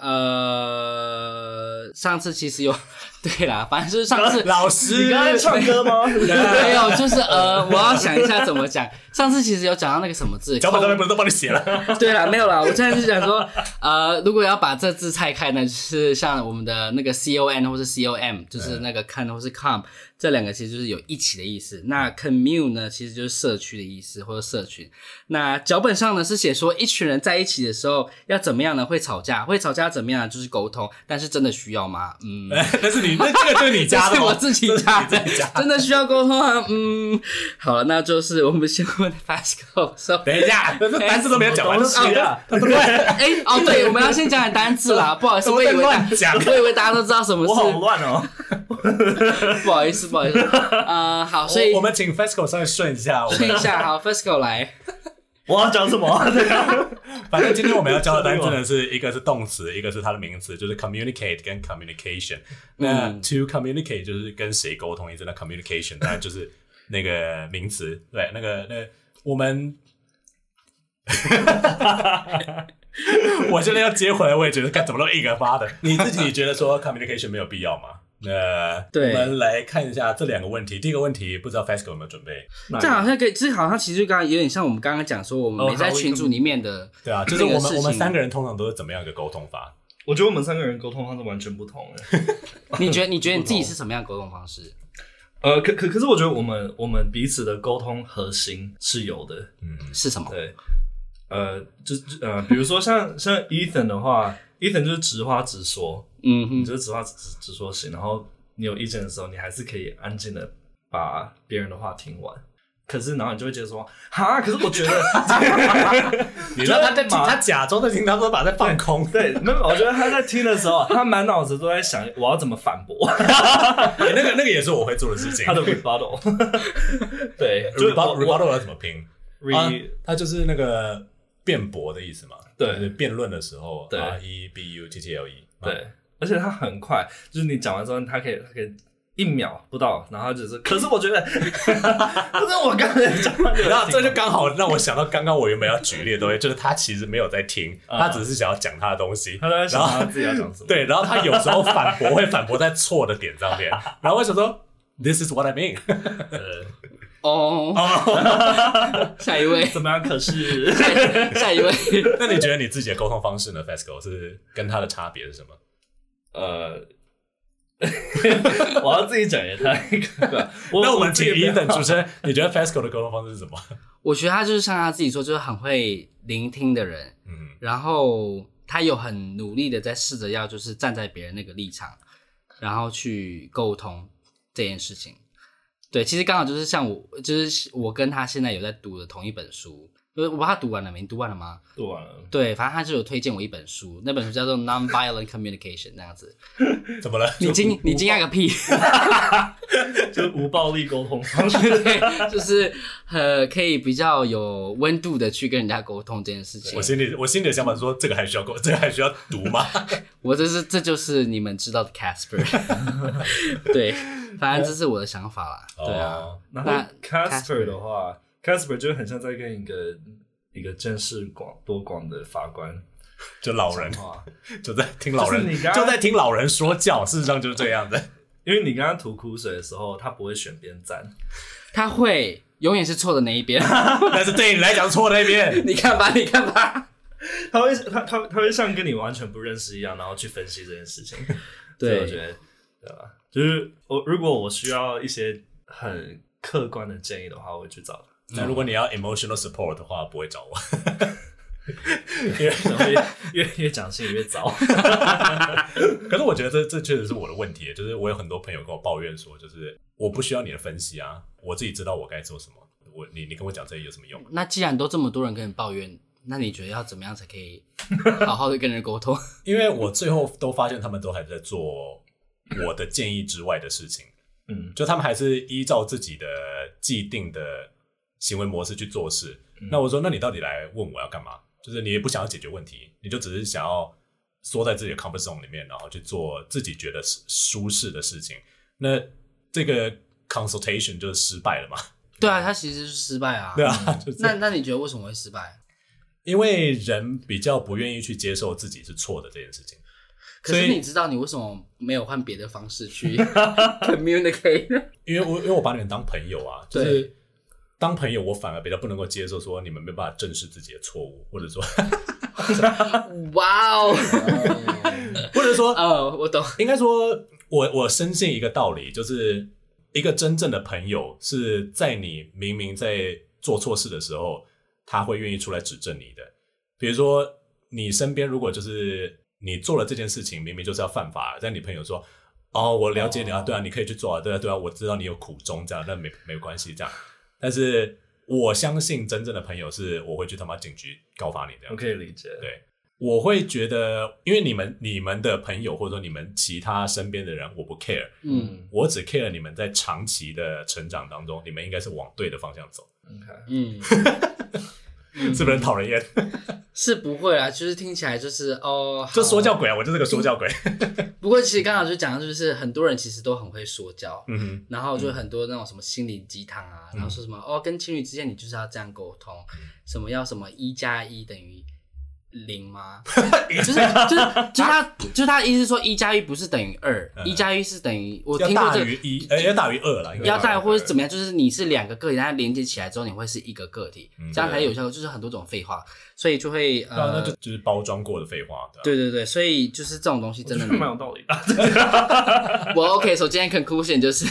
[SPEAKER 1] 呃，上次其实有， 对啦，反正就是上 次
[SPEAKER 3] 老师
[SPEAKER 2] 你刚才唱歌吗？
[SPEAKER 1] 没 有，就是呃，我要想一下怎么讲。上次其实有讲到那个什么字，
[SPEAKER 3] 脚本上面不是都帮你写了？
[SPEAKER 1] 对啦，没有啦。我现在是想说，呃，如果要把这
[SPEAKER 3] 嗯
[SPEAKER 1] 字拆开呢，就是像我们的那个 C O N 或是 C O M，就是那个 can 或是 com，这两个其实就是有一起的意思。
[SPEAKER 3] 嗯
[SPEAKER 1] 那 commune 呢，其实就是社区的意思或者社群。那脚本上呢是写说一群人在一起的时候要怎么样呢？会吵架，会吵架怎么样呢？就是沟通，但是真的需要吗？嗯，
[SPEAKER 3] 但是你 那这个就是你加
[SPEAKER 1] 这
[SPEAKER 3] 的
[SPEAKER 1] 是
[SPEAKER 3] 吗，
[SPEAKER 1] 我自己 加的，真的需要沟通啊。嗯，好了，那就是我们先问 Pascal 说，
[SPEAKER 3] 等一下， 这这单词都没有 讲完，是啊， 对不对？
[SPEAKER 1] 哎、哦，对，我们要先讲点单字 啦，不好意思，我以为大
[SPEAKER 3] 乱 讲
[SPEAKER 1] 我以为大家都知道什么
[SPEAKER 2] 我好
[SPEAKER 1] 是，
[SPEAKER 2] 乱哦。
[SPEAKER 1] 不好意思，不好意 思，啊、好，所以
[SPEAKER 3] 我我们请 FESCO 稍微顺一下，我
[SPEAKER 1] 顺
[SPEAKER 3] 们
[SPEAKER 1] 一下，好，Fisco 来，
[SPEAKER 2] 我要讲什 么？对啊
[SPEAKER 3] 反正今天我们要教的单真的 是一个是动词，一个是它的名词，就是 communicate 跟
[SPEAKER 1] 嗯
[SPEAKER 3] communication。那 to communicate 就是跟谁沟通，一直那 communication 当然就是那个名词，对，那个那个我们。 我现在要接回来，我也觉得该怎么弄一个发的。你自己觉得说 communication 没有必要吗？那、
[SPEAKER 1] 对
[SPEAKER 3] 我们来看一下这两个问题。第一个问题，不知道 FESCO 有没有准备？
[SPEAKER 2] 那
[SPEAKER 1] 这好像可以，这好像其实就刚刚有点像我们刚刚讲说，我们
[SPEAKER 2] 哦
[SPEAKER 1] 没在
[SPEAKER 2] 好
[SPEAKER 1] 群组里面的，
[SPEAKER 3] 对啊，就是我
[SPEAKER 1] 那个事
[SPEAKER 3] 们
[SPEAKER 1] 情
[SPEAKER 3] 我们三个人通常都是怎么样一个沟通法？
[SPEAKER 2] 我觉得我们三个人沟通方式完全不同哎。
[SPEAKER 1] 你觉得你觉得你自己是什么样的沟通方式？
[SPEAKER 2] 呃，可可可是我觉得我们我们彼此的沟通核心是有的，
[SPEAKER 1] 是什么？
[SPEAKER 2] 对，呃，就就呃，比如说像像 Ethan 的话，Ethan 就是直话直说，
[SPEAKER 1] 嗯
[SPEAKER 2] 你
[SPEAKER 1] 哼，
[SPEAKER 2] 就是直话直直说行，然后你有意见的时候，你还是可以安静的把别人的话听完。可是，然后你就会觉得说，哈，可是我觉得，
[SPEAKER 3] 你知道他在
[SPEAKER 2] 就是马
[SPEAKER 3] 他假装在听，他都把在放空。
[SPEAKER 2] 对，没有，我觉得他在听的时候，他满脑子都在想我要怎么反驳
[SPEAKER 3] 欸那个那个也是我会做的事情。
[SPEAKER 2] 他的 rebuttal。对，就是
[SPEAKER 3] rebuttal
[SPEAKER 2] 我
[SPEAKER 3] rebuttal 要怎么拼？
[SPEAKER 2] re
[SPEAKER 3] 啊，它就是那个辩驳的意思嘛。
[SPEAKER 2] 对
[SPEAKER 3] 就是辩论的时候
[SPEAKER 2] 对
[SPEAKER 3] ，R E B U T T L E。啊，
[SPEAKER 2] 对，而且他很快，就是你讲完之后，他可以他可以一秒不到，然后他就是，可是我觉得，可是我刚才讲完，
[SPEAKER 3] 然后这就刚好让我想到刚刚我原本要举例的东西，就是他其实没有在听，他只是想要讲他的东西。
[SPEAKER 2] 他都在
[SPEAKER 3] 然
[SPEAKER 2] 想
[SPEAKER 3] 后
[SPEAKER 2] 他自己要讲什 么。
[SPEAKER 3] 对，然后他有时候反驳会反驳在错的点上面，然后我想说。This is what I mean。
[SPEAKER 1] 哦， 下一 位，
[SPEAKER 2] 怎么样？可是
[SPEAKER 1] 下一位，
[SPEAKER 3] 那你觉得你自己的沟通方式呢？Fesco 是跟他的差别是什么？
[SPEAKER 2] 呃。我要自己讲也太那个。
[SPEAKER 3] 那我们
[SPEAKER 2] 自
[SPEAKER 3] 请
[SPEAKER 2] 己没有
[SPEAKER 3] Ethan 主持人，你觉得 Fesco 的沟通方式是什么？
[SPEAKER 1] 我觉得他就是像他自己说，就是很会聆听的人，
[SPEAKER 3] 嗯，
[SPEAKER 1] 然后他有很努力的在试着要就是站在别人那个立场，然后去沟通这件事情。对，其实刚好就是像我，就是我跟他现在有在读的同一本书，呃我不知道他读完了没？你读完了吗？
[SPEAKER 2] 读完了。
[SPEAKER 1] 对，反正他就有推荐我一本书，那本书叫做《Nonviolent Communication》那样子。
[SPEAKER 3] 怎么了？
[SPEAKER 1] 你惊你惊讶个屁！
[SPEAKER 2] 就是无暴力沟通方式。
[SPEAKER 1] 对， 就是呃，可以比较有温度的去跟人家沟通这件事情
[SPEAKER 3] 我。心里我心里的想法是说，这个还需要够，这个还需要读吗？
[SPEAKER 1] 我这是这就是你们知道的 Casper，对，反正这是我的想法啦。 对啊，
[SPEAKER 3] 哦，
[SPEAKER 2] 然后
[SPEAKER 1] 那
[SPEAKER 2] Casper 的话，Casper 就很像在跟一个一个见识广多广的法官
[SPEAKER 3] 就老人
[SPEAKER 2] 讲话，
[SPEAKER 3] 就在听老人
[SPEAKER 2] 就是你刚刚
[SPEAKER 3] 就在听老人说教，事实上就是这样的。
[SPEAKER 2] 因为你刚刚吐苦水的时候，他不会选边站。
[SPEAKER 1] 他会永远是错的那一边。
[SPEAKER 3] 但是对你来讲错那边，
[SPEAKER 1] 你看吧，你看吧。
[SPEAKER 2] 他会他他他会像跟你完全不认识一样，然后去分析这件事情。所以我觉
[SPEAKER 1] 对，
[SPEAKER 2] 得对吧？就是我如果我需要一些很客观的建议的话，我会去找
[SPEAKER 3] 那如果你要 emotional support 的话，不会找我。
[SPEAKER 2] 他，越越越越讲信越糟。
[SPEAKER 3] 可是我觉得这这确实是我的问题，就是我有很多朋友跟我抱怨说，就是我不需要你的分析啊，我自己知道我该做什么。我你你跟我讲这些有什么用？
[SPEAKER 1] 那既然都这么多人跟你抱怨，那你觉得要怎么样才可以好好的跟人沟 通？
[SPEAKER 3] 因为我最后都发现他们都还在做我的建议之外的事情。
[SPEAKER 2] 嗯，
[SPEAKER 3] 就他们还是依照自己的既定的行为模式去做事。那我说，那你到底来问我要干嘛？就是你也不想要解决问题，你就只是想要缩在自己的 comfort zone 里面，然后去做自己觉得是舒适的事情。那这个 consultation 就是失败了嘛？
[SPEAKER 1] 对啊，他其实是失败啊。
[SPEAKER 3] 对啊，就是
[SPEAKER 1] 那那你觉得为什么会失败？
[SPEAKER 3] 因为人比较不愿意去接受自己是错的这件事情。
[SPEAKER 1] 可
[SPEAKER 3] 所
[SPEAKER 1] 是
[SPEAKER 3] 以
[SPEAKER 1] 你知道你为什么没有换别的方式去 communicate？
[SPEAKER 3] 因为我因为我把你们当朋友啊，就是
[SPEAKER 1] 对
[SPEAKER 3] 当朋友，我反而比较不能够接受说你们没办法正视自己的错误，或者说
[SPEAKER 1] 哇哦，
[SPEAKER 3] 或者说
[SPEAKER 1] 哦，我懂。
[SPEAKER 3] 应该说，我我深信一个道理，就是一个真正的朋友是在你明明在做错事的时候，他会愿意出来指正你的。比如说，你身边如果就是你做了这件事情，明明就是要犯法，但你朋友说：“哦，我了解你啊，对啊，你可以去做啊，对啊，对啊，我知道你有苦衷，这样，那没没关系，这样。”但是我相信真正的朋友是，我会去他妈警局告发你的。
[SPEAKER 2] 我可以理解。
[SPEAKER 3] 对，我会觉得，因为你们你们的朋友或者说你们其他身边的人，我不 care，
[SPEAKER 1] 嗯
[SPEAKER 3] 我只 care 你们在长期的成长当中，你们应该是往对的方向走，
[SPEAKER 2] ，OK，
[SPEAKER 1] 嗯，
[SPEAKER 3] 是不是很讨 人厌？
[SPEAKER 1] 是不会啦，就是听起来就是哦，
[SPEAKER 3] 这说
[SPEAKER 1] 教。
[SPEAKER 3] 教鬼啊，我就是个说教鬼。
[SPEAKER 1] 不过其实刚好就讲的就是很多人其实都很会说教，
[SPEAKER 3] 嗯哼，
[SPEAKER 1] 然后就很多那种什么心灵鸡汤啊，然后说什么哦，跟情侣之间你就是要这样沟通，
[SPEAKER 3] 嗯
[SPEAKER 1] 什么要什么一加一等于零 吗？就是就是就他就他的意思是说一加一不是等于二，一加一是等于我
[SPEAKER 3] 嗯要
[SPEAKER 1] 听过
[SPEAKER 3] 大
[SPEAKER 1] 这
[SPEAKER 3] 于
[SPEAKER 1] 个。
[SPEAKER 3] 一，哎，要大于二了，应该
[SPEAKER 1] 要带或者怎
[SPEAKER 3] 么？
[SPEAKER 1] 么样，就是你是两个个体，然后连接起来之后，你会是一个个体，这样才有效。就是很多种废话，所以就会
[SPEAKER 3] 嗯对啊，那
[SPEAKER 1] 呃
[SPEAKER 3] 就，就是包装过的废话，对吧啊
[SPEAKER 1] 对对对，所以就是这种东西真的
[SPEAKER 2] 我觉得蛮有道理的。
[SPEAKER 1] 我 OK，所以今天 conclusion 就是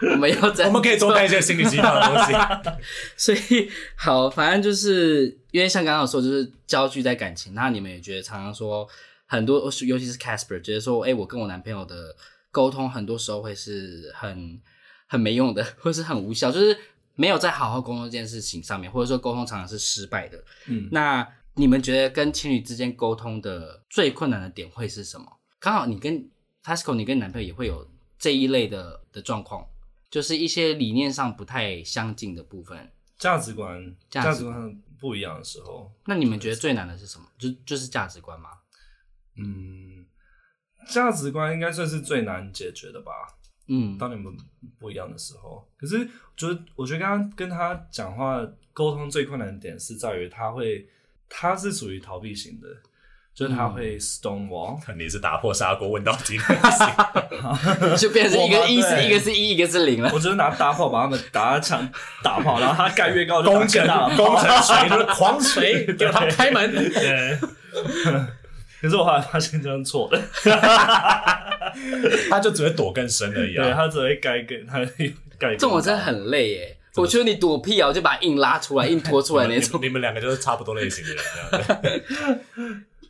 [SPEAKER 1] 我们要在
[SPEAKER 3] 我们可以多带一些心理鸡汤的东西。
[SPEAKER 1] 所以好，反正就是因为像刚刚有说，就是焦距在感情，那你们也觉得常常说很多，尤其是 Casper 觉得说，哎、我跟我男朋友的沟通很多时候会是很很没用的，或是很无效，就是没有在好好沟通这件事情上面，或者说沟通常常是失败的。
[SPEAKER 2] 嗯
[SPEAKER 1] 那你们觉得跟情侣之间沟通的最困难的点会是什么？刚好你跟 Tasco，你跟男朋友也会有这一类的的状况，就是一些理念上不太相近的部分。
[SPEAKER 2] 价值观
[SPEAKER 1] 价
[SPEAKER 2] 价
[SPEAKER 1] 值
[SPEAKER 2] 值观不一样的时候，
[SPEAKER 1] 那你们觉得最难的是什么？就就是价值观吗？
[SPEAKER 2] 嗯，价值观应该算是最难解决的吧。
[SPEAKER 1] 嗯
[SPEAKER 2] 当你们不一样的时候，可是就是我觉得刚刚跟他讲话沟通最困难的点是在于他会，他是属于逃避型的，就是他
[SPEAKER 3] 嗯
[SPEAKER 2] 会 stone wall，、
[SPEAKER 3] 你是打破砂锅问到底的
[SPEAKER 1] 就变成一
[SPEAKER 2] 我
[SPEAKER 1] 个
[SPEAKER 2] 吗
[SPEAKER 1] 一是
[SPEAKER 2] 对
[SPEAKER 1] 一个是一，一个是零了。
[SPEAKER 2] 我就是拿大炮把他们打墙打 炮，然后他盖越高就打
[SPEAKER 3] 工
[SPEAKER 2] 更
[SPEAKER 3] 程
[SPEAKER 2] 大的炮
[SPEAKER 3] 工程锤，就是 狂锤，给他开门。
[SPEAKER 2] 对。可是我后来发现这样错了，
[SPEAKER 3] 他就只会躲更深而已
[SPEAKER 2] 对
[SPEAKER 3] 啊。
[SPEAKER 2] 他只会盖更，他会盖更
[SPEAKER 1] 这种真的
[SPEAKER 2] 高
[SPEAKER 1] 很累耶。我觉得你躲屁啊，我就把硬拉出来，硬拖出来那种。
[SPEAKER 3] 你们两个就是差不多类型的人，这样对。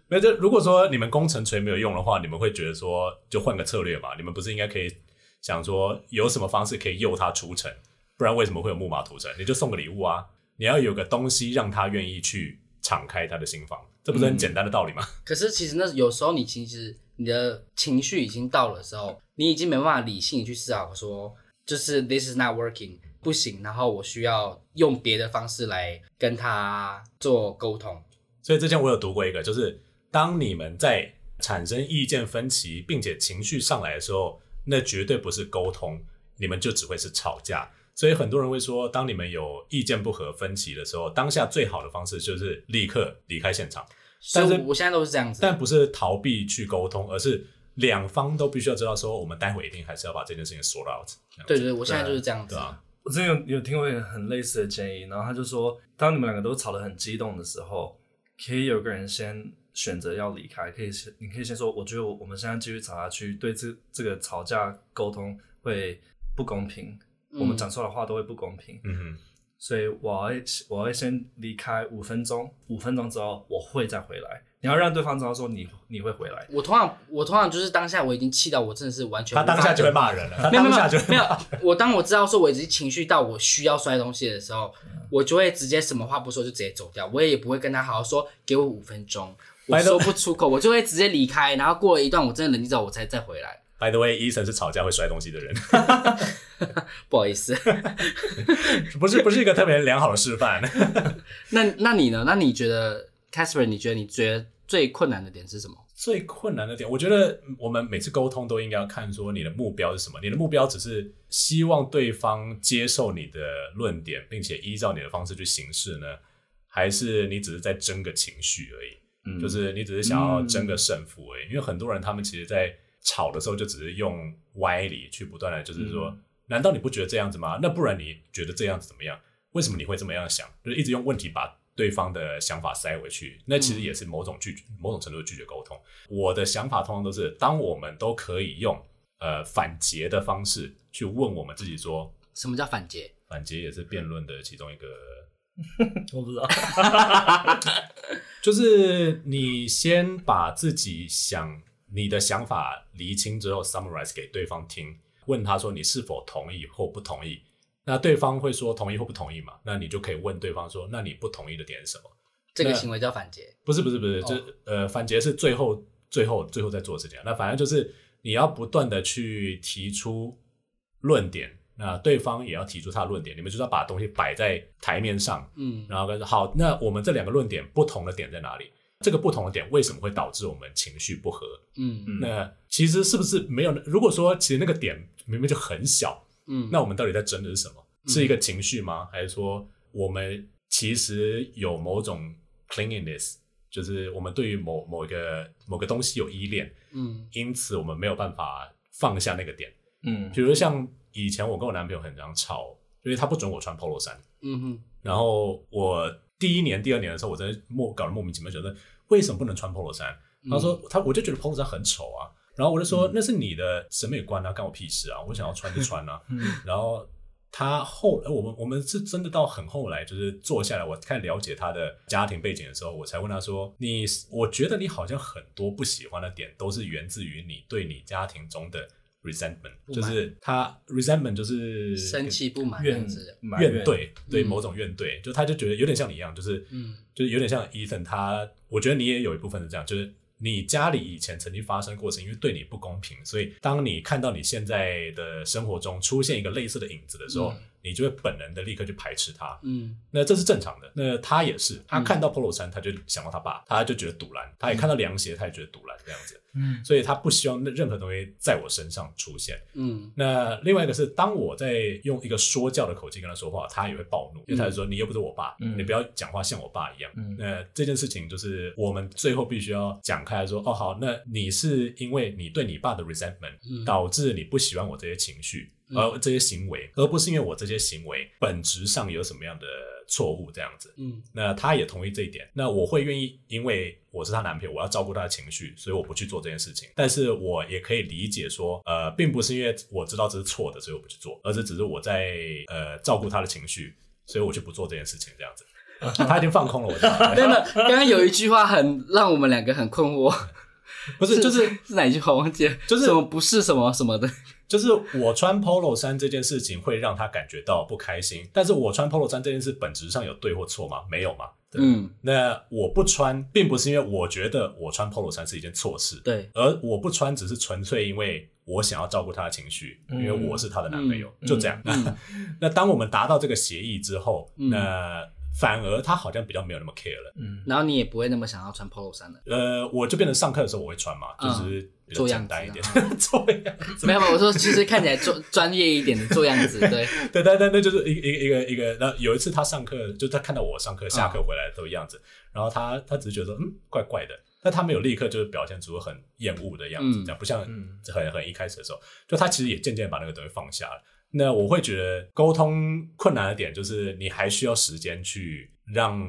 [SPEAKER 3] 没有，就如果说你们工程锤没有用的话，你们会觉得说就换个策略嘛？你们不是应该可以想说有什么方式可以诱他出城？不然为什么会有木马屠城？你就送个礼物啊！你要有个东西让他愿意去敞开他的心房，这不是
[SPEAKER 1] 嗯
[SPEAKER 3] 很简单的道理吗？
[SPEAKER 1] 可是其实那有时候你其实你的情绪已经到了时候，你已经没办法理性地去思考说，就是 this is not working 不行，然后我需要用别的方式来跟他做沟通。
[SPEAKER 3] 所以之前我有读过一个，就是当你们在产生意见分歧，并且情绪上来的时候，那绝对不是沟通，你们就只会是吵架。所以很多人会说，当你们有意见不合、分歧的时候，当下最好的方式就是立刻离开现场，
[SPEAKER 1] 所
[SPEAKER 3] 但
[SPEAKER 1] 以
[SPEAKER 3] 是
[SPEAKER 1] 我我现在都是这样子。
[SPEAKER 3] 但不是逃避去沟通，而是两方都必须要知道，说我们待会一定还是要把这件事情 sort out 这样子。
[SPEAKER 1] 对对，我现在就是这样子
[SPEAKER 3] 对。啊，
[SPEAKER 2] 我之前有有听过一个很类似的建议，然后他就说，当你们两个都吵得很激动的时候，可以有个人先选择要离开，可以先你可以先说，我觉得我我们现在继续吵下去，对这这个吵架沟通会不公平，
[SPEAKER 1] 嗯
[SPEAKER 2] 我们讲出来的话都会不公平，
[SPEAKER 3] 嗯哼，
[SPEAKER 2] 所以我会我会先离开五分钟，五分钟之后我会再回来，你要让对方知道说你你会回来，
[SPEAKER 1] 我通常我通常就是当下我已经气到我真的是完全
[SPEAKER 3] 他
[SPEAKER 1] 无法
[SPEAKER 3] 当下就会
[SPEAKER 1] 忍
[SPEAKER 3] 骂人 了，他
[SPEAKER 1] 没有没
[SPEAKER 3] 当
[SPEAKER 1] 有
[SPEAKER 3] 下就
[SPEAKER 1] 没有，我当我知道说我已经情绪到我需要摔东西的时候，
[SPEAKER 3] 嗯
[SPEAKER 1] 我就会直接什么话不说就直接走掉，我也不会跟他好好说，给我五分钟，我
[SPEAKER 3] By the-
[SPEAKER 1] 说不出口，我就会直接离开，然后过了一段我真的冷静之后我才再回来，
[SPEAKER 3] By the way，医生是吵架会摔东西的人，
[SPEAKER 1] 不好意思。
[SPEAKER 3] 不是不是一个特别良好的示范。
[SPEAKER 1] 那那你呢？那你觉得 Casper？你觉得你觉得最困难的点是什么？
[SPEAKER 3] 最困难的点，我觉得我们每次沟通都应该要看说你的目标是什么。你的目标只是希望对方接受你的论点，并且依照你的方式去行事呢，还是你只是在争个情绪而已？
[SPEAKER 2] 嗯
[SPEAKER 3] 就是你只是想要争个胜负而已。因为很多人他们其实，在吵的时候就只是用歪理去不断的，就是说，难道你不觉得这样子吗？那不然你觉得这样子怎么样？为什么你会这么样想？就是一直用问题把对方的想法塞回去，那其实也是某种拒绝，某种程度的拒绝沟通。我的想法通常都是，当我们都可以用呃反诘的方式去问我们自己说，
[SPEAKER 1] 什么叫反诘？
[SPEAKER 3] 反诘也是辩论的其中一个，
[SPEAKER 2] 我不知道，
[SPEAKER 3] 就是你先把自己想你的想法厘清之后，summarize 给对方听，问他说你是否同意或不同意。那对方会说同意或不同意嘛？那你就可以问对方说，那你不同意的点是什么？
[SPEAKER 1] 这个
[SPEAKER 3] 那
[SPEAKER 1] 行为叫反诘。
[SPEAKER 3] 不是不是不是，
[SPEAKER 1] 哦
[SPEAKER 3] 就呃反诘是最后最后最后再做的事情啊。那反正就是你要不断的去提出论点，那对方也要提出他的论点，你们就是要把东西摆在台面上，
[SPEAKER 1] 嗯，
[SPEAKER 3] 然后跟说好，那我们这两个论点不同的点在哪里？这个不同的点为什么会导致我们情绪不合？
[SPEAKER 1] 嗯
[SPEAKER 2] 嗯
[SPEAKER 3] 那其实是不是没有？如果说其实那个点明明就很小，
[SPEAKER 1] 嗯，
[SPEAKER 3] 那我们到底在争的是什么？是一个情绪吗？还是说我们其实有某种 clinginess，就是我们对于某某一个某个东西有依恋，
[SPEAKER 1] 嗯
[SPEAKER 3] 因此我们没有办法放下那个点。
[SPEAKER 2] 嗯
[SPEAKER 3] 比如像以前我跟我男朋友很常吵，因为他不准我穿 polo 衫，
[SPEAKER 1] 嗯哼，
[SPEAKER 3] 然后我第一年、第二年的时候，我真的莫搞得莫名其妙，觉得为什么不能穿 polo 衫？
[SPEAKER 1] 嗯
[SPEAKER 3] 他说他我就觉得 polo 衫很丑啊。然后我就说、那是你的审美观啊，干我屁事啊！我想要穿就 穿啊。然后他后呃来我们我们是真的到很后来，就是坐下来，我开始了解他的家庭背景的时候，我才问他说：“你我觉得你好像很多不喜欢的点都是源自于你对你家庭中的 resentment，
[SPEAKER 1] 不满
[SPEAKER 3] 就是他 resentment 就是
[SPEAKER 1] 生气不满这
[SPEAKER 2] 嗯怨
[SPEAKER 1] 样子。
[SPEAKER 2] 埋
[SPEAKER 3] 怨怼，对
[SPEAKER 1] 嗯
[SPEAKER 3] 某种怨怼，就他就觉得有点像你一样，就是
[SPEAKER 1] 嗯
[SPEAKER 3] 就是有点像 Ethan，他我觉得你也有一部分是这样，就是你家里以前曾经发生过是因为对你不公平，所以当你看到你现在的生活中出现一个类似的影子的时候，
[SPEAKER 1] 嗯
[SPEAKER 3] 你就会本能的立刻去排斥他。
[SPEAKER 1] 嗯
[SPEAKER 3] 那这是正常的。那他也是，他看到 polo 衫，他就想到他爸，
[SPEAKER 1] 嗯
[SPEAKER 3] 他就觉得堵拦；他也看到凉鞋，他也觉得堵拦这样子。
[SPEAKER 2] 嗯
[SPEAKER 3] 所以他不希望那任何东西在我身上出现。
[SPEAKER 1] 嗯
[SPEAKER 3] 那另外一个是，当我在用一个说教的口气跟他说话，他也会暴
[SPEAKER 1] 嗯
[SPEAKER 3] 怒，因为他就说你又不是我爸，
[SPEAKER 2] 嗯
[SPEAKER 3] 你不要讲话像我爸一样。
[SPEAKER 2] 嗯
[SPEAKER 3] 那这件事情就是我们最后必须要讲开来说，哦好，那你是因为你对你爸的 resentment
[SPEAKER 1] 嗯
[SPEAKER 3] 导致你不喜欢我这些情绪，
[SPEAKER 1] 嗯
[SPEAKER 3] 而这些行为，而不是因为我这些行为本质上有什么样的错误这样子。
[SPEAKER 1] 嗯
[SPEAKER 3] 那他也同意这一点。那我会愿意，因为我是她男朋友，我要照顾她的情绪，所以我不去做这件事情。但是我也可以理解说，呃，并不是因为我知道这是错的，所以我不去做，而是只是我在呃照顾她的情绪，所以我就不做这件事情这样子。他已经放空了我 知道，
[SPEAKER 1] 真的，刚刚有一句话很让我们两个很困惑，
[SPEAKER 3] 不是就是
[SPEAKER 1] 是哪一句话？我忘记了，
[SPEAKER 3] 就是
[SPEAKER 1] 什么不是什么什么的。
[SPEAKER 3] 就是我穿 polo 衫这件事情会让他感觉到不开心，但是我穿 polo 衫这件事本质上有对或错吗？没有嘛。
[SPEAKER 1] 嗯，
[SPEAKER 3] 那我不穿，并不是因为我觉得我穿 polo 衫是一件错事，
[SPEAKER 1] 对，
[SPEAKER 3] 而我不穿只是纯粹因为我想要照顾她的情绪，
[SPEAKER 2] 嗯
[SPEAKER 3] 因为我是她的男朋友，
[SPEAKER 2] 嗯
[SPEAKER 3] 就这样。
[SPEAKER 1] 嗯
[SPEAKER 3] 那当我们达到这个协议之后，
[SPEAKER 1] 嗯
[SPEAKER 3] 那反而她好像比较没有那么 care 了。
[SPEAKER 2] 嗯
[SPEAKER 1] 然后你也不会那么想要穿 polo 衫了。
[SPEAKER 3] 呃，我就变成上课的时候我会穿嘛，就
[SPEAKER 1] 嗯
[SPEAKER 3] 是比较
[SPEAKER 1] 做样
[SPEAKER 3] 简单一
[SPEAKER 1] 子
[SPEAKER 3] 点
[SPEAKER 1] 啊，
[SPEAKER 3] 做样子。
[SPEAKER 1] 没有，没有我说其实看起来专专业一点的做样 子，对，
[SPEAKER 3] 对，但但那就是一个一个一个一个。那有一次他上课，就他看到我上课下课回来的时候样
[SPEAKER 1] 嗯
[SPEAKER 3] 子，然后他他只是觉得说嗯怪怪的，但他没有立刻就是表现出很厌恶的样子，
[SPEAKER 1] 嗯
[SPEAKER 3] 这样不像
[SPEAKER 2] 嗯
[SPEAKER 3] 很很一开始的时候，就他其实也渐渐把那个东西放下了。那我会觉得沟通困难的点就是你还需要时间去让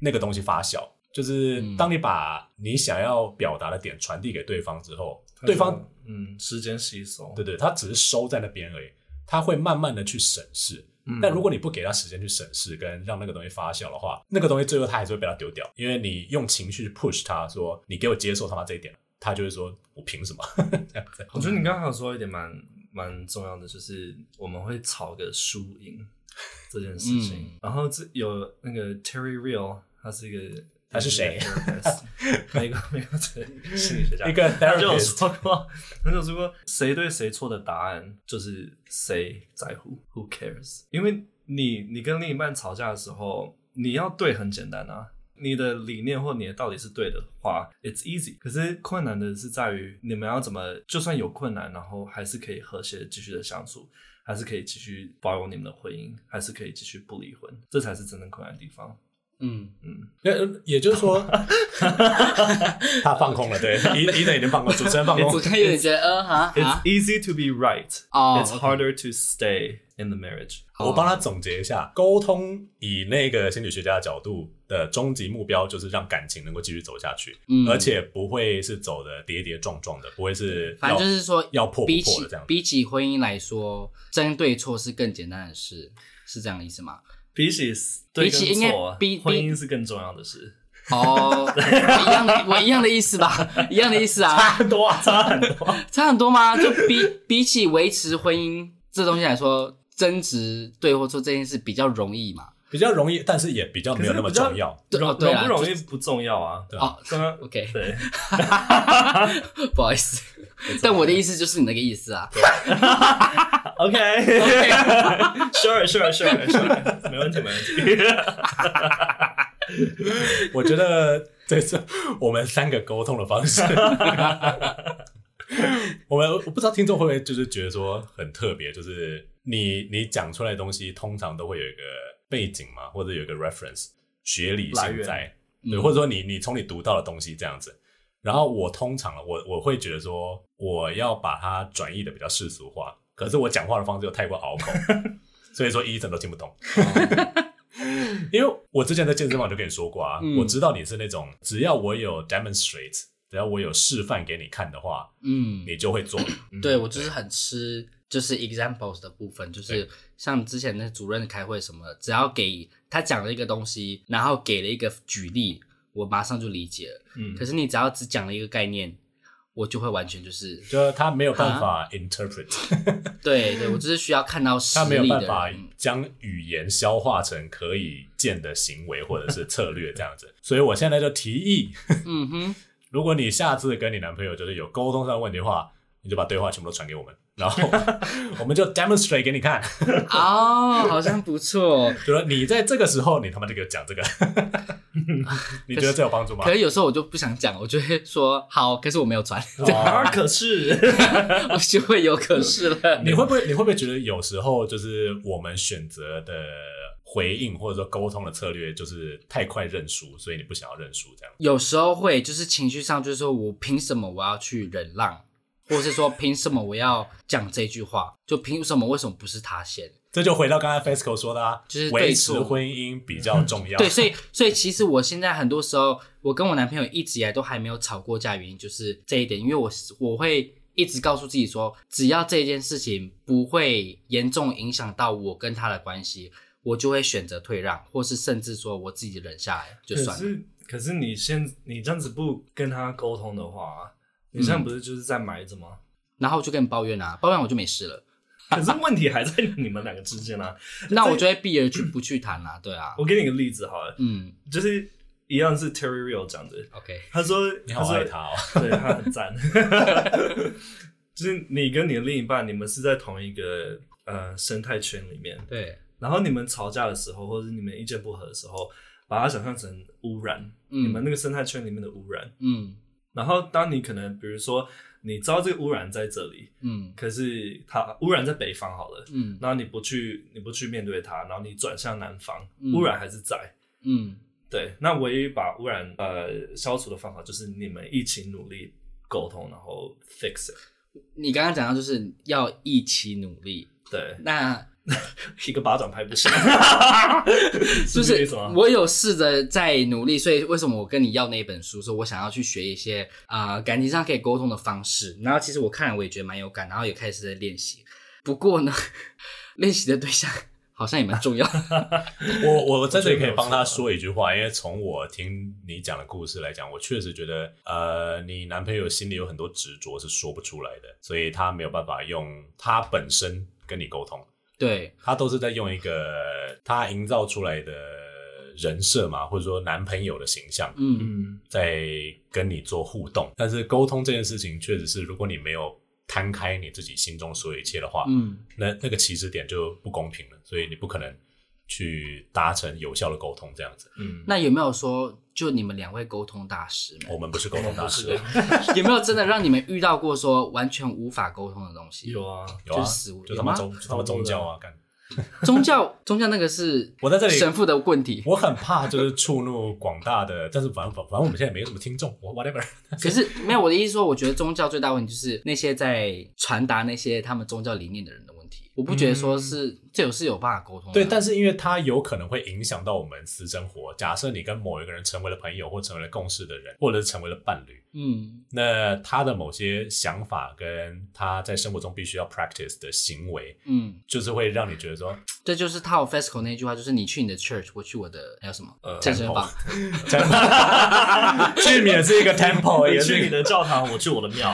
[SPEAKER 3] 那个东西发酵。就是
[SPEAKER 1] 嗯
[SPEAKER 3] 当你把你想要表达的点传递给对方之后，
[SPEAKER 2] 他
[SPEAKER 3] 对
[SPEAKER 2] 说
[SPEAKER 3] 方
[SPEAKER 2] 嗯时间吸收，
[SPEAKER 3] 对对，他只是收在那边而已，他会慢慢的去审视。
[SPEAKER 2] 嗯，
[SPEAKER 3] 但如果你不给他时间去审视跟让那个东西发酵的话，那个东西最后他还是会被他丢掉，因为你用情绪去 push 他说你给我接受他妈这一点，他就会说我凭什么这样子？
[SPEAKER 2] 我觉得你刚刚有说一点蛮蛮重要的，就是我们会吵个输赢这件事情。
[SPEAKER 1] 嗯
[SPEAKER 2] 然后这有那个 Terry Real，他是一个
[SPEAKER 3] 他是谁？
[SPEAKER 2] 美国美国的心理学家，
[SPEAKER 3] 一个
[SPEAKER 2] 他就有
[SPEAKER 3] therapist
[SPEAKER 2] 说过，他就说过，谁对谁错的答案就是谁在乎，Who cares？因为你你跟另一半吵架的时候，你要对很简单啊，你的理念或你的道理是对的话，it's easy。可是困难的是在于你们要怎么，就算有困难，然后还是可以和谐地继续的相处，还是可以继续保有你们的婚姻，还是可以继续不离婚，这才是真正困难的地方。
[SPEAKER 1] 嗯，
[SPEAKER 3] 那呃也就是说， 他放空了， 对，伊伊的已经放空，主持人放空
[SPEAKER 1] 我，看有点觉得，嗯哈
[SPEAKER 2] It's
[SPEAKER 1] 哈，
[SPEAKER 2] easy to be right.
[SPEAKER 1] 哦
[SPEAKER 2] it's
[SPEAKER 1] ，OK
[SPEAKER 2] harder to stay in the marriage.
[SPEAKER 3] 我帮他总结一下，沟通以那个心理学家的角度的终极目标，就是让感情能够继续走下去，
[SPEAKER 1] 嗯
[SPEAKER 3] 而且不会是走的跌跌撞撞的，不会是
[SPEAKER 1] 反正
[SPEAKER 3] 要
[SPEAKER 1] 就是说，
[SPEAKER 3] 要破不
[SPEAKER 1] 比
[SPEAKER 3] 破
[SPEAKER 1] 起
[SPEAKER 3] 的这样子。
[SPEAKER 1] 比起婚姻来说，争对错是更简单的事，是这样的意思吗？
[SPEAKER 2] 比起对
[SPEAKER 1] 比起
[SPEAKER 2] 跟
[SPEAKER 1] 应该
[SPEAKER 2] 错啊
[SPEAKER 1] 比比
[SPEAKER 2] 婚姻是更重要的 事，
[SPEAKER 1] 哦，一样的，我一样的意思吧，一样的意思啊，
[SPEAKER 2] 很多啊，差很多。
[SPEAKER 1] 差很多吗？ 就比比起维持婚姻这东西来说，争执对或错这件事比较容易嘛。
[SPEAKER 3] 比较容易，但是也比较没有那么重要。
[SPEAKER 1] 对哦
[SPEAKER 2] 容
[SPEAKER 1] 对
[SPEAKER 2] 容
[SPEAKER 1] 啊
[SPEAKER 2] 不容易不重要啊，
[SPEAKER 3] 对
[SPEAKER 1] 哦
[SPEAKER 2] 刚刚
[SPEAKER 1] ，OK，
[SPEAKER 2] 对，
[SPEAKER 1] 不好意思，但我的意思就是你那个意思啊。
[SPEAKER 2] 啊 OK，sure sure sure sure，没问题没 问题。
[SPEAKER 3] 我觉得这是我们三个沟通的方式。 我们我不知道听众会不会就是觉得说很特别，就是你你讲出来的东西通常都会有一个背景嘛，或者有一个 reference 学理
[SPEAKER 2] 来
[SPEAKER 3] 性
[SPEAKER 2] 源嗯
[SPEAKER 3] 在，对，或者说你你从你读到的东西这样子。然后我通常啊我我会觉得说我要把它转译的比较世俗化，可是我讲话的方式又太过 拗口，所以说医生都听不懂。因为我之前在健身房就跟你说过啊，
[SPEAKER 1] 嗯
[SPEAKER 3] 我知道你是那种只要我有 demonstrate，只要我有示范给你看的话，
[SPEAKER 1] 嗯，
[SPEAKER 3] 你就会做。
[SPEAKER 1] 对我就是很吃就是 examples 的部分，就是像之前那主任开会什么的，只要给他讲了一个东西，然后给了一个举例，我马上就理解了。
[SPEAKER 2] 嗯
[SPEAKER 1] 可是你只要只讲了一个概念，我就会完全就是
[SPEAKER 3] 就是他没有办法 interpret，
[SPEAKER 1] 对对，我就是需要看到实
[SPEAKER 3] 他没有
[SPEAKER 1] 力的
[SPEAKER 3] 办
[SPEAKER 1] 人。
[SPEAKER 3] 法
[SPEAKER 1] 嗯
[SPEAKER 3] 将语言消化成可以见的行为或者是策略这样子。所以我现在就提议，
[SPEAKER 1] 嗯哼，
[SPEAKER 3] 如果你下次跟你男朋友就是有沟通上的问题的话，你就把对话全部都传给我们，然后 我们就 demonstrate 给你看，
[SPEAKER 1] 哦，好像不错。
[SPEAKER 3] 就说你在这个时候你他妈就给我讲这个， 你觉得这有帮助 吗
[SPEAKER 1] 可？是有时候我就不想讲，我就会说好，可是我没有传，
[SPEAKER 2] 当然啊可是，
[SPEAKER 1] 我就会有可是了。
[SPEAKER 3] 你会不会你会不会觉得有时候就是我们选择的回应或者说沟通的策略就是太快认输，所以你不想要认输这样？
[SPEAKER 1] 有时候会就是情绪上，就是说我凭什么我要去忍让，或者是说凭什么我要讲这句话，就凭什么为什么不是他先？
[SPEAKER 3] 这就回到刚才 FESCO 说的啊，
[SPEAKER 1] 就是对
[SPEAKER 3] 维持
[SPEAKER 1] 错
[SPEAKER 3] 婚姻比较重要。
[SPEAKER 1] 对，所以所以其实我现在很多时候，我跟我男朋友一直以来都还没有吵过架，原因就是这一点，因为我是我会一直告诉自己说，只要这件事情不会严重影响到我跟他的关系，我就会选择退让，或是甚至说我自己忍下来就
[SPEAKER 2] 可
[SPEAKER 1] 算了。
[SPEAKER 2] 是可是你现你这样子不跟他沟通的话，你这样不是就是在埋着 吗？
[SPEAKER 1] 然后我就跟你抱怨啊，抱怨我就没事了，
[SPEAKER 2] 可是问题还在你们两个之间啊。
[SPEAKER 1] 那我就会避而去不去谈啦、对啊，
[SPEAKER 2] 我给你个例子好了，
[SPEAKER 1] 嗯。
[SPEAKER 2] 就是一样是 Terry Real 讲的，
[SPEAKER 1] OK，
[SPEAKER 2] 他说
[SPEAKER 3] 你好爱
[SPEAKER 2] 说
[SPEAKER 3] 他哦，
[SPEAKER 2] 对他 很赞。 就是你跟你的另一半，你们是在同一个呃生态圈里面，
[SPEAKER 1] 对，
[SPEAKER 2] 然后你们吵架的时候，或者你们意见不合的时候，把它想象成污染，
[SPEAKER 1] 嗯
[SPEAKER 2] 你们那个生态圈里面的污染。
[SPEAKER 1] 嗯
[SPEAKER 2] 然后当你可能比如说你知道这个污染在这里，
[SPEAKER 1] 嗯
[SPEAKER 2] 可是它污染在北方好了。
[SPEAKER 1] 嗯
[SPEAKER 2] 然后你不去，你不去面对它，然后你转向南方，
[SPEAKER 1] 嗯
[SPEAKER 2] 污染还是在。
[SPEAKER 1] 嗯
[SPEAKER 2] 对，那唯一把污染呃消除的方法就是你们一起努力沟通，然后 fix it。
[SPEAKER 1] 你刚刚讲到就是要一起努力，
[SPEAKER 2] 对，
[SPEAKER 1] 那
[SPEAKER 2] 一个巴掌拍不 响，
[SPEAKER 1] 就是
[SPEAKER 2] 这个意
[SPEAKER 1] 是
[SPEAKER 2] 思吗？
[SPEAKER 1] 我有试着在努力，所以为什么我跟你要那本书，说我想要去学一些啊、呃感情上可以沟通的方式，然后其实我看了我也觉得蛮有感，然后也开始在练习，不过呢， 练习的对象好像也蛮 重要的，
[SPEAKER 3] 我我在这里可以帮他说一句话，因为从我听你讲的故事来讲，我确实觉得，呃，你男朋友心里有很多执着是说不出来的，所以他没有办法用他本身跟你沟通，
[SPEAKER 1] 对，
[SPEAKER 3] 他都是在用一个他营造出来的人设嘛，或者说男朋友的形象，
[SPEAKER 1] 嗯
[SPEAKER 2] 嗯，
[SPEAKER 3] 在跟你做互动。但是沟通这件事情，确实是如果你没有摊开你自己心中所有一切的话，
[SPEAKER 1] 嗯。
[SPEAKER 3] 那那个起始点就不公平了，所以你不可能去达成有效的沟通这样子。
[SPEAKER 2] 嗯
[SPEAKER 1] 那有没有说，就你们两位沟通大师们，
[SPEAKER 3] 我们不是沟通大师，啊
[SPEAKER 1] 有没有真的让你们遇到过说完全无法沟通的东西？
[SPEAKER 2] 有啊，
[SPEAKER 3] 有啊
[SPEAKER 1] 就是死，无
[SPEAKER 3] 就
[SPEAKER 1] 有
[SPEAKER 3] 他妈
[SPEAKER 1] 吗
[SPEAKER 3] 宗，就他妈宗教啊，干
[SPEAKER 1] 宗教，宗教那个是
[SPEAKER 3] 我在这里
[SPEAKER 1] 神父的问题。
[SPEAKER 3] 我很怕就是触怒广大的，但是反正反正我们现在没有什么听众，我 whatever。
[SPEAKER 1] 可是没有我的意思说，我觉得宗教最大问题就是那些在传达那些他们宗教理念的人的问题。我不觉得说是、这有是有办法沟通的。
[SPEAKER 3] 对，但是因为它有可能会影响到我们私生活。假设你跟某一个人成为了朋友，或成为了共事的人，或者是成为了伴侣，
[SPEAKER 1] 嗯，
[SPEAKER 3] 那他的某些想法跟他在生活中必须要 practice 的行为，
[SPEAKER 1] 嗯，
[SPEAKER 3] 就是会让你觉得说，
[SPEAKER 1] 这就是套 FESCO 那句话，就是你去你的 church，我去我的还有什么、
[SPEAKER 2] 呃
[SPEAKER 1] 健身房。
[SPEAKER 3] Jimmy 也是一个 temple，也
[SPEAKER 2] 你
[SPEAKER 3] 是
[SPEAKER 2] 去
[SPEAKER 3] 一
[SPEAKER 2] 你
[SPEAKER 3] 个。
[SPEAKER 2] 的教堂，我去我的庙。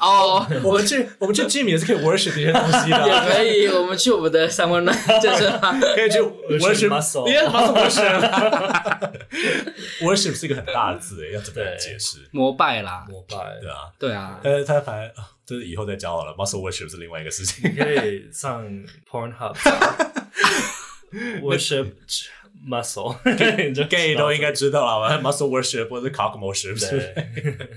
[SPEAKER 1] 哦，
[SPEAKER 3] 我们去我们去 Jimmy 也是可以 worship 这些东 西
[SPEAKER 1] 也
[SPEAKER 3] 的，
[SPEAKER 1] 可以，我们去我们的三温暖健身房。
[SPEAKER 3] 可以去
[SPEAKER 2] Worship
[SPEAKER 3] worship
[SPEAKER 2] muscle
[SPEAKER 3] Yeah, muscle worship。worship 是一个很大的字，要怎么
[SPEAKER 2] 对
[SPEAKER 3] 样解释？
[SPEAKER 1] 膜拜啦，
[SPEAKER 2] 膜拜
[SPEAKER 3] 对，啊，
[SPEAKER 1] 对啊，
[SPEAKER 3] 呃，他反正啊这是以后再教好了，muscle worship 是另外一个事情。
[SPEAKER 2] 你可以上 Pornhub 查 worship muscle，你 就知道
[SPEAKER 3] gay 都应该知道了吧，muscle worship 或者是 cock worship 是不是
[SPEAKER 2] 对，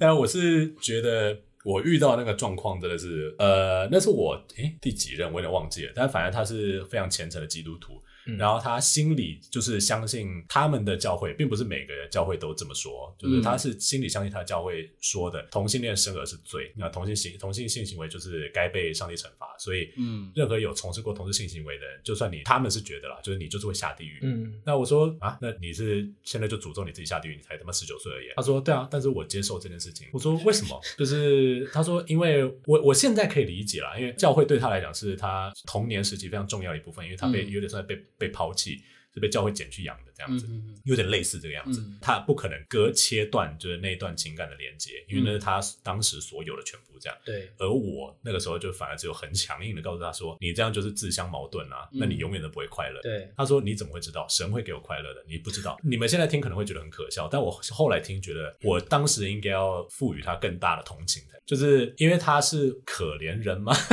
[SPEAKER 3] 但我是觉得我遇到那个状况真的是，呃，那是我诶第几任我有点忘记了，但反正他是非常虔诚的基督徒。然后他心里就是相信他们的教会，并不是每个教会都这么说，就是他是心里相信他的教会说的，同性恋生儿是罪，那同性行同性性行为就是该被上帝惩罚，所以
[SPEAKER 1] 嗯
[SPEAKER 3] 任何有从事过同性性行为的人，就算你他们是觉得啦，就是你就是会下地狱，
[SPEAKER 2] 嗯，
[SPEAKER 3] 那我说啊，那你是现在就诅咒你自己下地狱，你才他妈十九岁而已。他说对啊，但是我接受这件事情。我说为什 么？就是他说，因为我我现在可以理解啦，因为教会对他来讲是他童年时期非常重要的一部分，因为他被、
[SPEAKER 1] 嗯
[SPEAKER 3] 有点算被被抛弃，是被教会捡去养的这样
[SPEAKER 1] 嗯
[SPEAKER 3] 子。
[SPEAKER 1] 嗯嗯，
[SPEAKER 3] 有点类似这个样子，
[SPEAKER 1] 嗯
[SPEAKER 3] 他不可能割切断就是那一段情感的连接，因为那是他当时所有的全部这样。
[SPEAKER 1] 对，
[SPEAKER 3] 而我那个时候就反而只有很强硬的告诉他说，你这样就是自相矛盾啊，那你
[SPEAKER 1] 嗯
[SPEAKER 3] 永远都不会快乐。
[SPEAKER 1] 对，
[SPEAKER 3] 他说：“你怎么会知道神会给我快乐的？你不知道。你们现在听可能会觉得很可笑，但我后来听觉得，我当时应该要赋予他更大的同情才，就是因为他是可怜人嘛。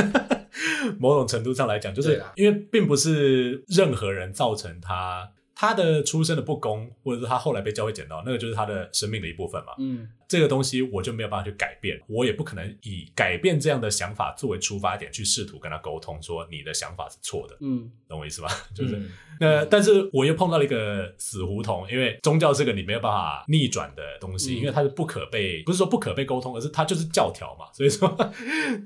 [SPEAKER 3] 某种程度上来讲，就
[SPEAKER 1] 对啊
[SPEAKER 3] 是
[SPEAKER 1] 啦
[SPEAKER 3] 因为并不是任何人造成他他的出生的不公，或者是他后来被教会捡到，那个就是他的生命的一部分嘛。
[SPEAKER 1] 嗯
[SPEAKER 3] 这个东西我就没有办法去改变，我也不可能以改变这样的想法作为出发点去试图跟他沟通，说你的想法是错的，
[SPEAKER 1] 嗯
[SPEAKER 3] 懂我意思吧？ 就是。
[SPEAKER 2] 嗯
[SPEAKER 3] 那但是我又碰到了一个死胡同，因为宗教这个你没有办法逆转的东西，
[SPEAKER 1] 嗯
[SPEAKER 3] 因为它是不可被，不是说不可被沟通，而是它就是教条嘛，所以说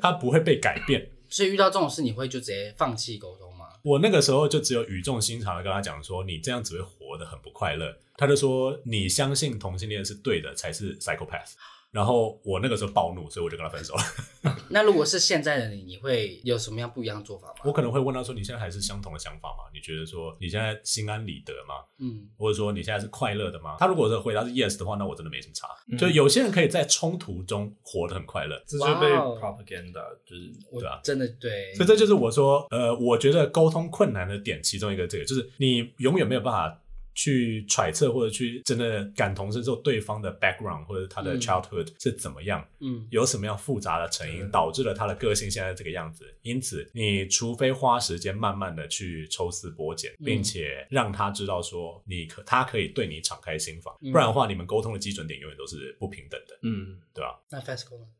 [SPEAKER 3] 它不会被改变。
[SPEAKER 1] 所以遇到这种事，你会就直接放弃沟通吗？
[SPEAKER 3] 我那个时候就只有语重心长的跟他讲说，你这样只会活得很不快乐。他就说，你相信同性恋是对的，才是 psychopath。然后我那个时候暴怒，所以我就跟他分手了。
[SPEAKER 1] 那如果是现在的你，你会有什么样不一样的做法
[SPEAKER 3] 我
[SPEAKER 1] 吗？
[SPEAKER 3] 可能会问他说，你现在还是相同的想法吗？你觉得说你现在心安理得吗？
[SPEAKER 1] 嗯
[SPEAKER 3] 或者说你现在是快乐的吗？他如果是回答是 yes 的话，那我真的没什么差。就有些人可以在冲突中活得很快乐，
[SPEAKER 2] 这就被
[SPEAKER 1] 哇哦
[SPEAKER 2] propaganda，就是
[SPEAKER 1] 我
[SPEAKER 3] 对啊
[SPEAKER 1] 真的对，
[SPEAKER 3] 所以这就是我说，呃，我觉得沟通困难的点，其中一个这个就是你永远没有办法去揣测或者去真的感同身受对方的 background 或者他的
[SPEAKER 1] 嗯
[SPEAKER 3] childhood 是怎么样，
[SPEAKER 1] 嗯
[SPEAKER 3] 有什么样复杂的成因
[SPEAKER 2] 对
[SPEAKER 3] 导致了他的个性现在这个样子。因此，你除非花时间慢慢的去抽丝剥茧，
[SPEAKER 1] 嗯
[SPEAKER 3] 并且让他知道说你可他可以对你敞开心房，
[SPEAKER 1] 嗯
[SPEAKER 3] 不然的话，你们沟通的基准点永远都是不平等的，
[SPEAKER 2] 嗯，
[SPEAKER 3] 对吧？
[SPEAKER 1] 那 FESCO 呢？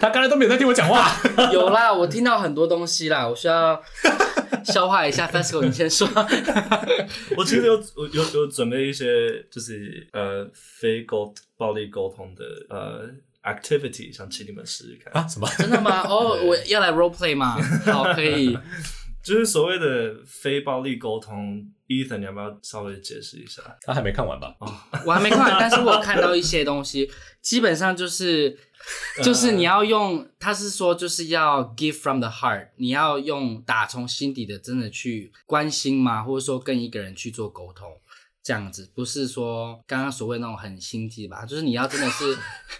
[SPEAKER 3] 他刚才都没有在听我讲话，
[SPEAKER 1] 有啦，我听到很多东西啦，我需要消化一下。FESCO，你先说。
[SPEAKER 2] 我其实有我有有准备一些就是呃非沟暴力沟通的呃 activity，想请你们试试看
[SPEAKER 3] 啊？什么？
[SPEAKER 1] 真的吗？哦，
[SPEAKER 2] 对
[SPEAKER 1] 我要来 role play 嘛？好，可以。
[SPEAKER 2] 就是所谓的非暴力沟通。Ethan，你要不要稍微解释一下？
[SPEAKER 3] 他还没看完 吧？
[SPEAKER 1] 我还没看完，但是我有看到一些东西， 基本上就是就是你要用，他是说就是要 give from the heart，你要用打从心底的真的去关心嘛，或者说跟一个人去做沟通。这样子不是说刚刚所谓那种很心机吧，就是你要真的是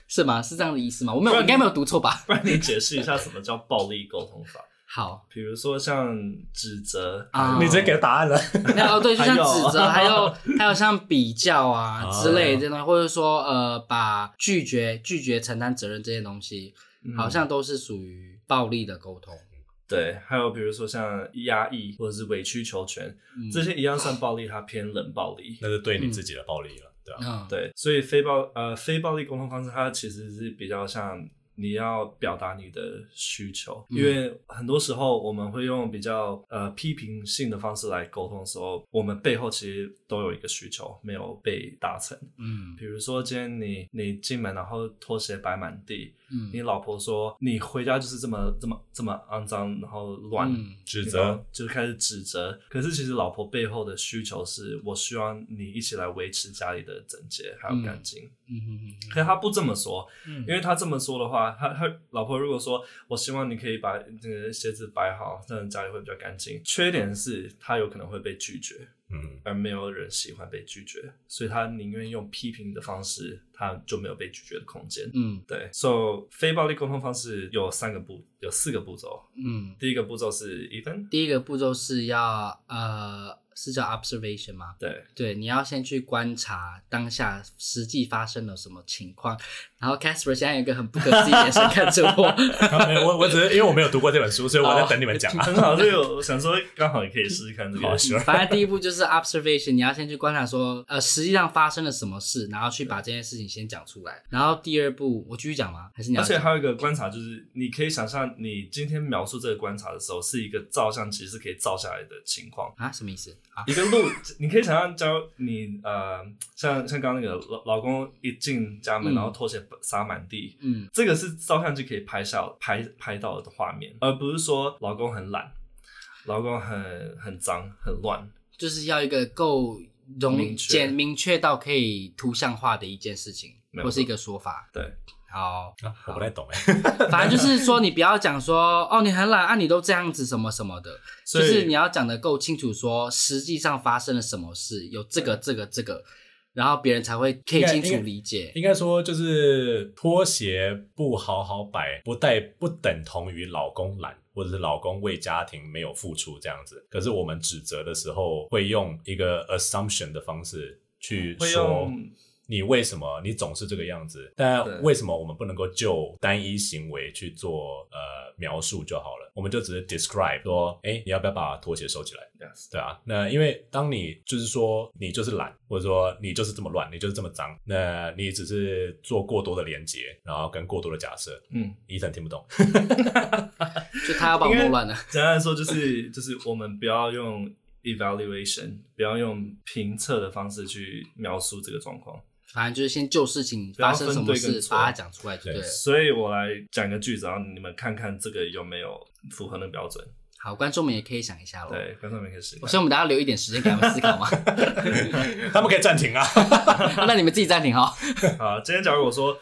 [SPEAKER 1] 是吗？是这样的意思吗？我没有，我应该没有读错吧？
[SPEAKER 2] 不然你解释一下什么叫暴力沟通法？
[SPEAKER 1] 好，
[SPEAKER 2] 比如说像指责
[SPEAKER 1] 啊
[SPEAKER 3] 你直接给他答 案了。
[SPEAKER 1] 那哦对，就像
[SPEAKER 2] 还有
[SPEAKER 1] 指责，还有还有像比较啊
[SPEAKER 3] 啊
[SPEAKER 1] 之类这些东西，或者说呃，把拒绝拒绝承担责任这些东西，好像都是属于暴力的沟通。
[SPEAKER 2] 嗯对，还有比如说像压抑或者是委曲求全，
[SPEAKER 1] 嗯
[SPEAKER 2] 这些一样算暴力，它偏冷暴力。
[SPEAKER 3] 那是对你自己的暴力了，对吧、
[SPEAKER 1] 嗯，
[SPEAKER 2] 对，所以非暴呃非暴力沟通方式，它其实是比较像你要表达你的需求，
[SPEAKER 1] 嗯
[SPEAKER 2] 因为很多时候我们会用比较呃批评性的方式来沟通的时候，我们背后其实都有一个需求没有被达成。
[SPEAKER 1] 嗯
[SPEAKER 2] 比如说今天你你进门然后拖鞋摆满地，
[SPEAKER 1] 嗯
[SPEAKER 2] 你老婆说你回家就是这么这么这么肮脏，然后乱，
[SPEAKER 1] 嗯
[SPEAKER 3] 指
[SPEAKER 2] 然
[SPEAKER 3] 责
[SPEAKER 2] 后就开始指责。可是其实老婆背后的需求是，我希望你一起来维持家里的整洁还有干净。
[SPEAKER 1] 嗯
[SPEAKER 2] 可是他不这么说，
[SPEAKER 1] 嗯
[SPEAKER 2] 因为他这么说的话，他他老婆如果说我希望你可以把那个鞋子摆好，这样家里会比较干净。缺点是他有可能会被拒绝，
[SPEAKER 3] 嗯，
[SPEAKER 2] 而没有人喜欢被拒绝，所以他宁愿用批评的方式，他就没有被拒绝的空间。
[SPEAKER 1] 嗯
[SPEAKER 2] 对，so 非暴力沟通方式有三个步，有四个步骤。
[SPEAKER 1] 嗯，
[SPEAKER 2] 第一个步骤是 even，
[SPEAKER 1] 第一个步骤是要呃，是叫 observation 吗？
[SPEAKER 2] 对，
[SPEAKER 1] 对，你要先去观察当下实际发生了什么情况。然后 Casper 现在有一个很不可思议的眼神看着我，
[SPEAKER 3] 啊没有我我只是因为我没有读过这本书，所以我在等你们讲啊。
[SPEAKER 2] 很好，这个我想说刚好也可以试试看这个。
[SPEAKER 1] 反正第一步就是 observation，你要先去观察说，呃，实际上发生了什么事，然后去把这件事情先讲出来。然后第二步，我继续讲吗？还是你要
[SPEAKER 2] 而且
[SPEAKER 1] 讲？
[SPEAKER 2] 还有一个观察，就是你可以想象，你今天描述这个观察的时候，是一个照相机是可以照下来的情况。
[SPEAKER 1] 啊，什么意思？啊，
[SPEAKER 2] 一个路， 你可以想象，教你呃，像像刚刚那个老老公一进家门，
[SPEAKER 1] 嗯
[SPEAKER 2] 然后拖鞋撒满地，
[SPEAKER 1] 嗯
[SPEAKER 2] 这个是照相机可以拍下拍拍到的画面，而不是说老公很懒，老公很很脏很乱。
[SPEAKER 1] 就是要一个够容
[SPEAKER 2] 明确
[SPEAKER 1] 简明确到可以图像化的一件事情，
[SPEAKER 2] 没有
[SPEAKER 1] 或
[SPEAKER 2] 错
[SPEAKER 1] 是一个说法。
[SPEAKER 2] 对，
[SPEAKER 1] 好，
[SPEAKER 3] 啊我不太懂哎，
[SPEAKER 1] 反正就是说，你不要讲说哦，你很懒啊，你都这样子什么什么的，
[SPEAKER 2] 所
[SPEAKER 1] 就
[SPEAKER 2] 以
[SPEAKER 1] 是你要讲的够清楚说实际上发生了什么事，有这个这个这个，然后别人才会可以清楚理解。
[SPEAKER 3] 应该说就是拖鞋不好好摆，不代不等同于老公懒，或者是老公为家庭没有付出这样子。可是我们指责的时候，会用一个 assumption 的方式去
[SPEAKER 2] 会
[SPEAKER 3] 说
[SPEAKER 2] 用。
[SPEAKER 3] 你为什么你总是这个样子？但为什么我们不能够就单一行为去做呃描述就好了？我们就只是 describe 说，哎，你要不要把拖鞋收起来？
[SPEAKER 2] Yes
[SPEAKER 3] 对啊，那因为当你就是说你就是懒，或者说你就是这么乱，你就是这么脏，那你只是做过多的连接，然后跟过多的假设。
[SPEAKER 2] 嗯，
[SPEAKER 3] 伊森听不懂，
[SPEAKER 1] 就他要把我弄乱了，
[SPEAKER 2] 简单来说就是就是我们不要用 evaluation，不要用评测的方式去描述这个状况。
[SPEAKER 1] 反正就是先就事情
[SPEAKER 2] 不要
[SPEAKER 1] 发生什么
[SPEAKER 2] 分对跟
[SPEAKER 1] 事，
[SPEAKER 2] 错
[SPEAKER 1] 把它讲出来就对了
[SPEAKER 3] 对。
[SPEAKER 2] 所以我来讲个句子，然后你们看看这个有没有符合那个标准。
[SPEAKER 1] 好，观众们也可以想一下喽。
[SPEAKER 2] 对，观众们可以试试
[SPEAKER 1] 我
[SPEAKER 2] 看。
[SPEAKER 1] 所以我们大家留一点时间给他们思考 嘛，
[SPEAKER 3] 他们可以暂停啊。
[SPEAKER 1] 那你们自己暂停哈。
[SPEAKER 2] 啊，今天假如我说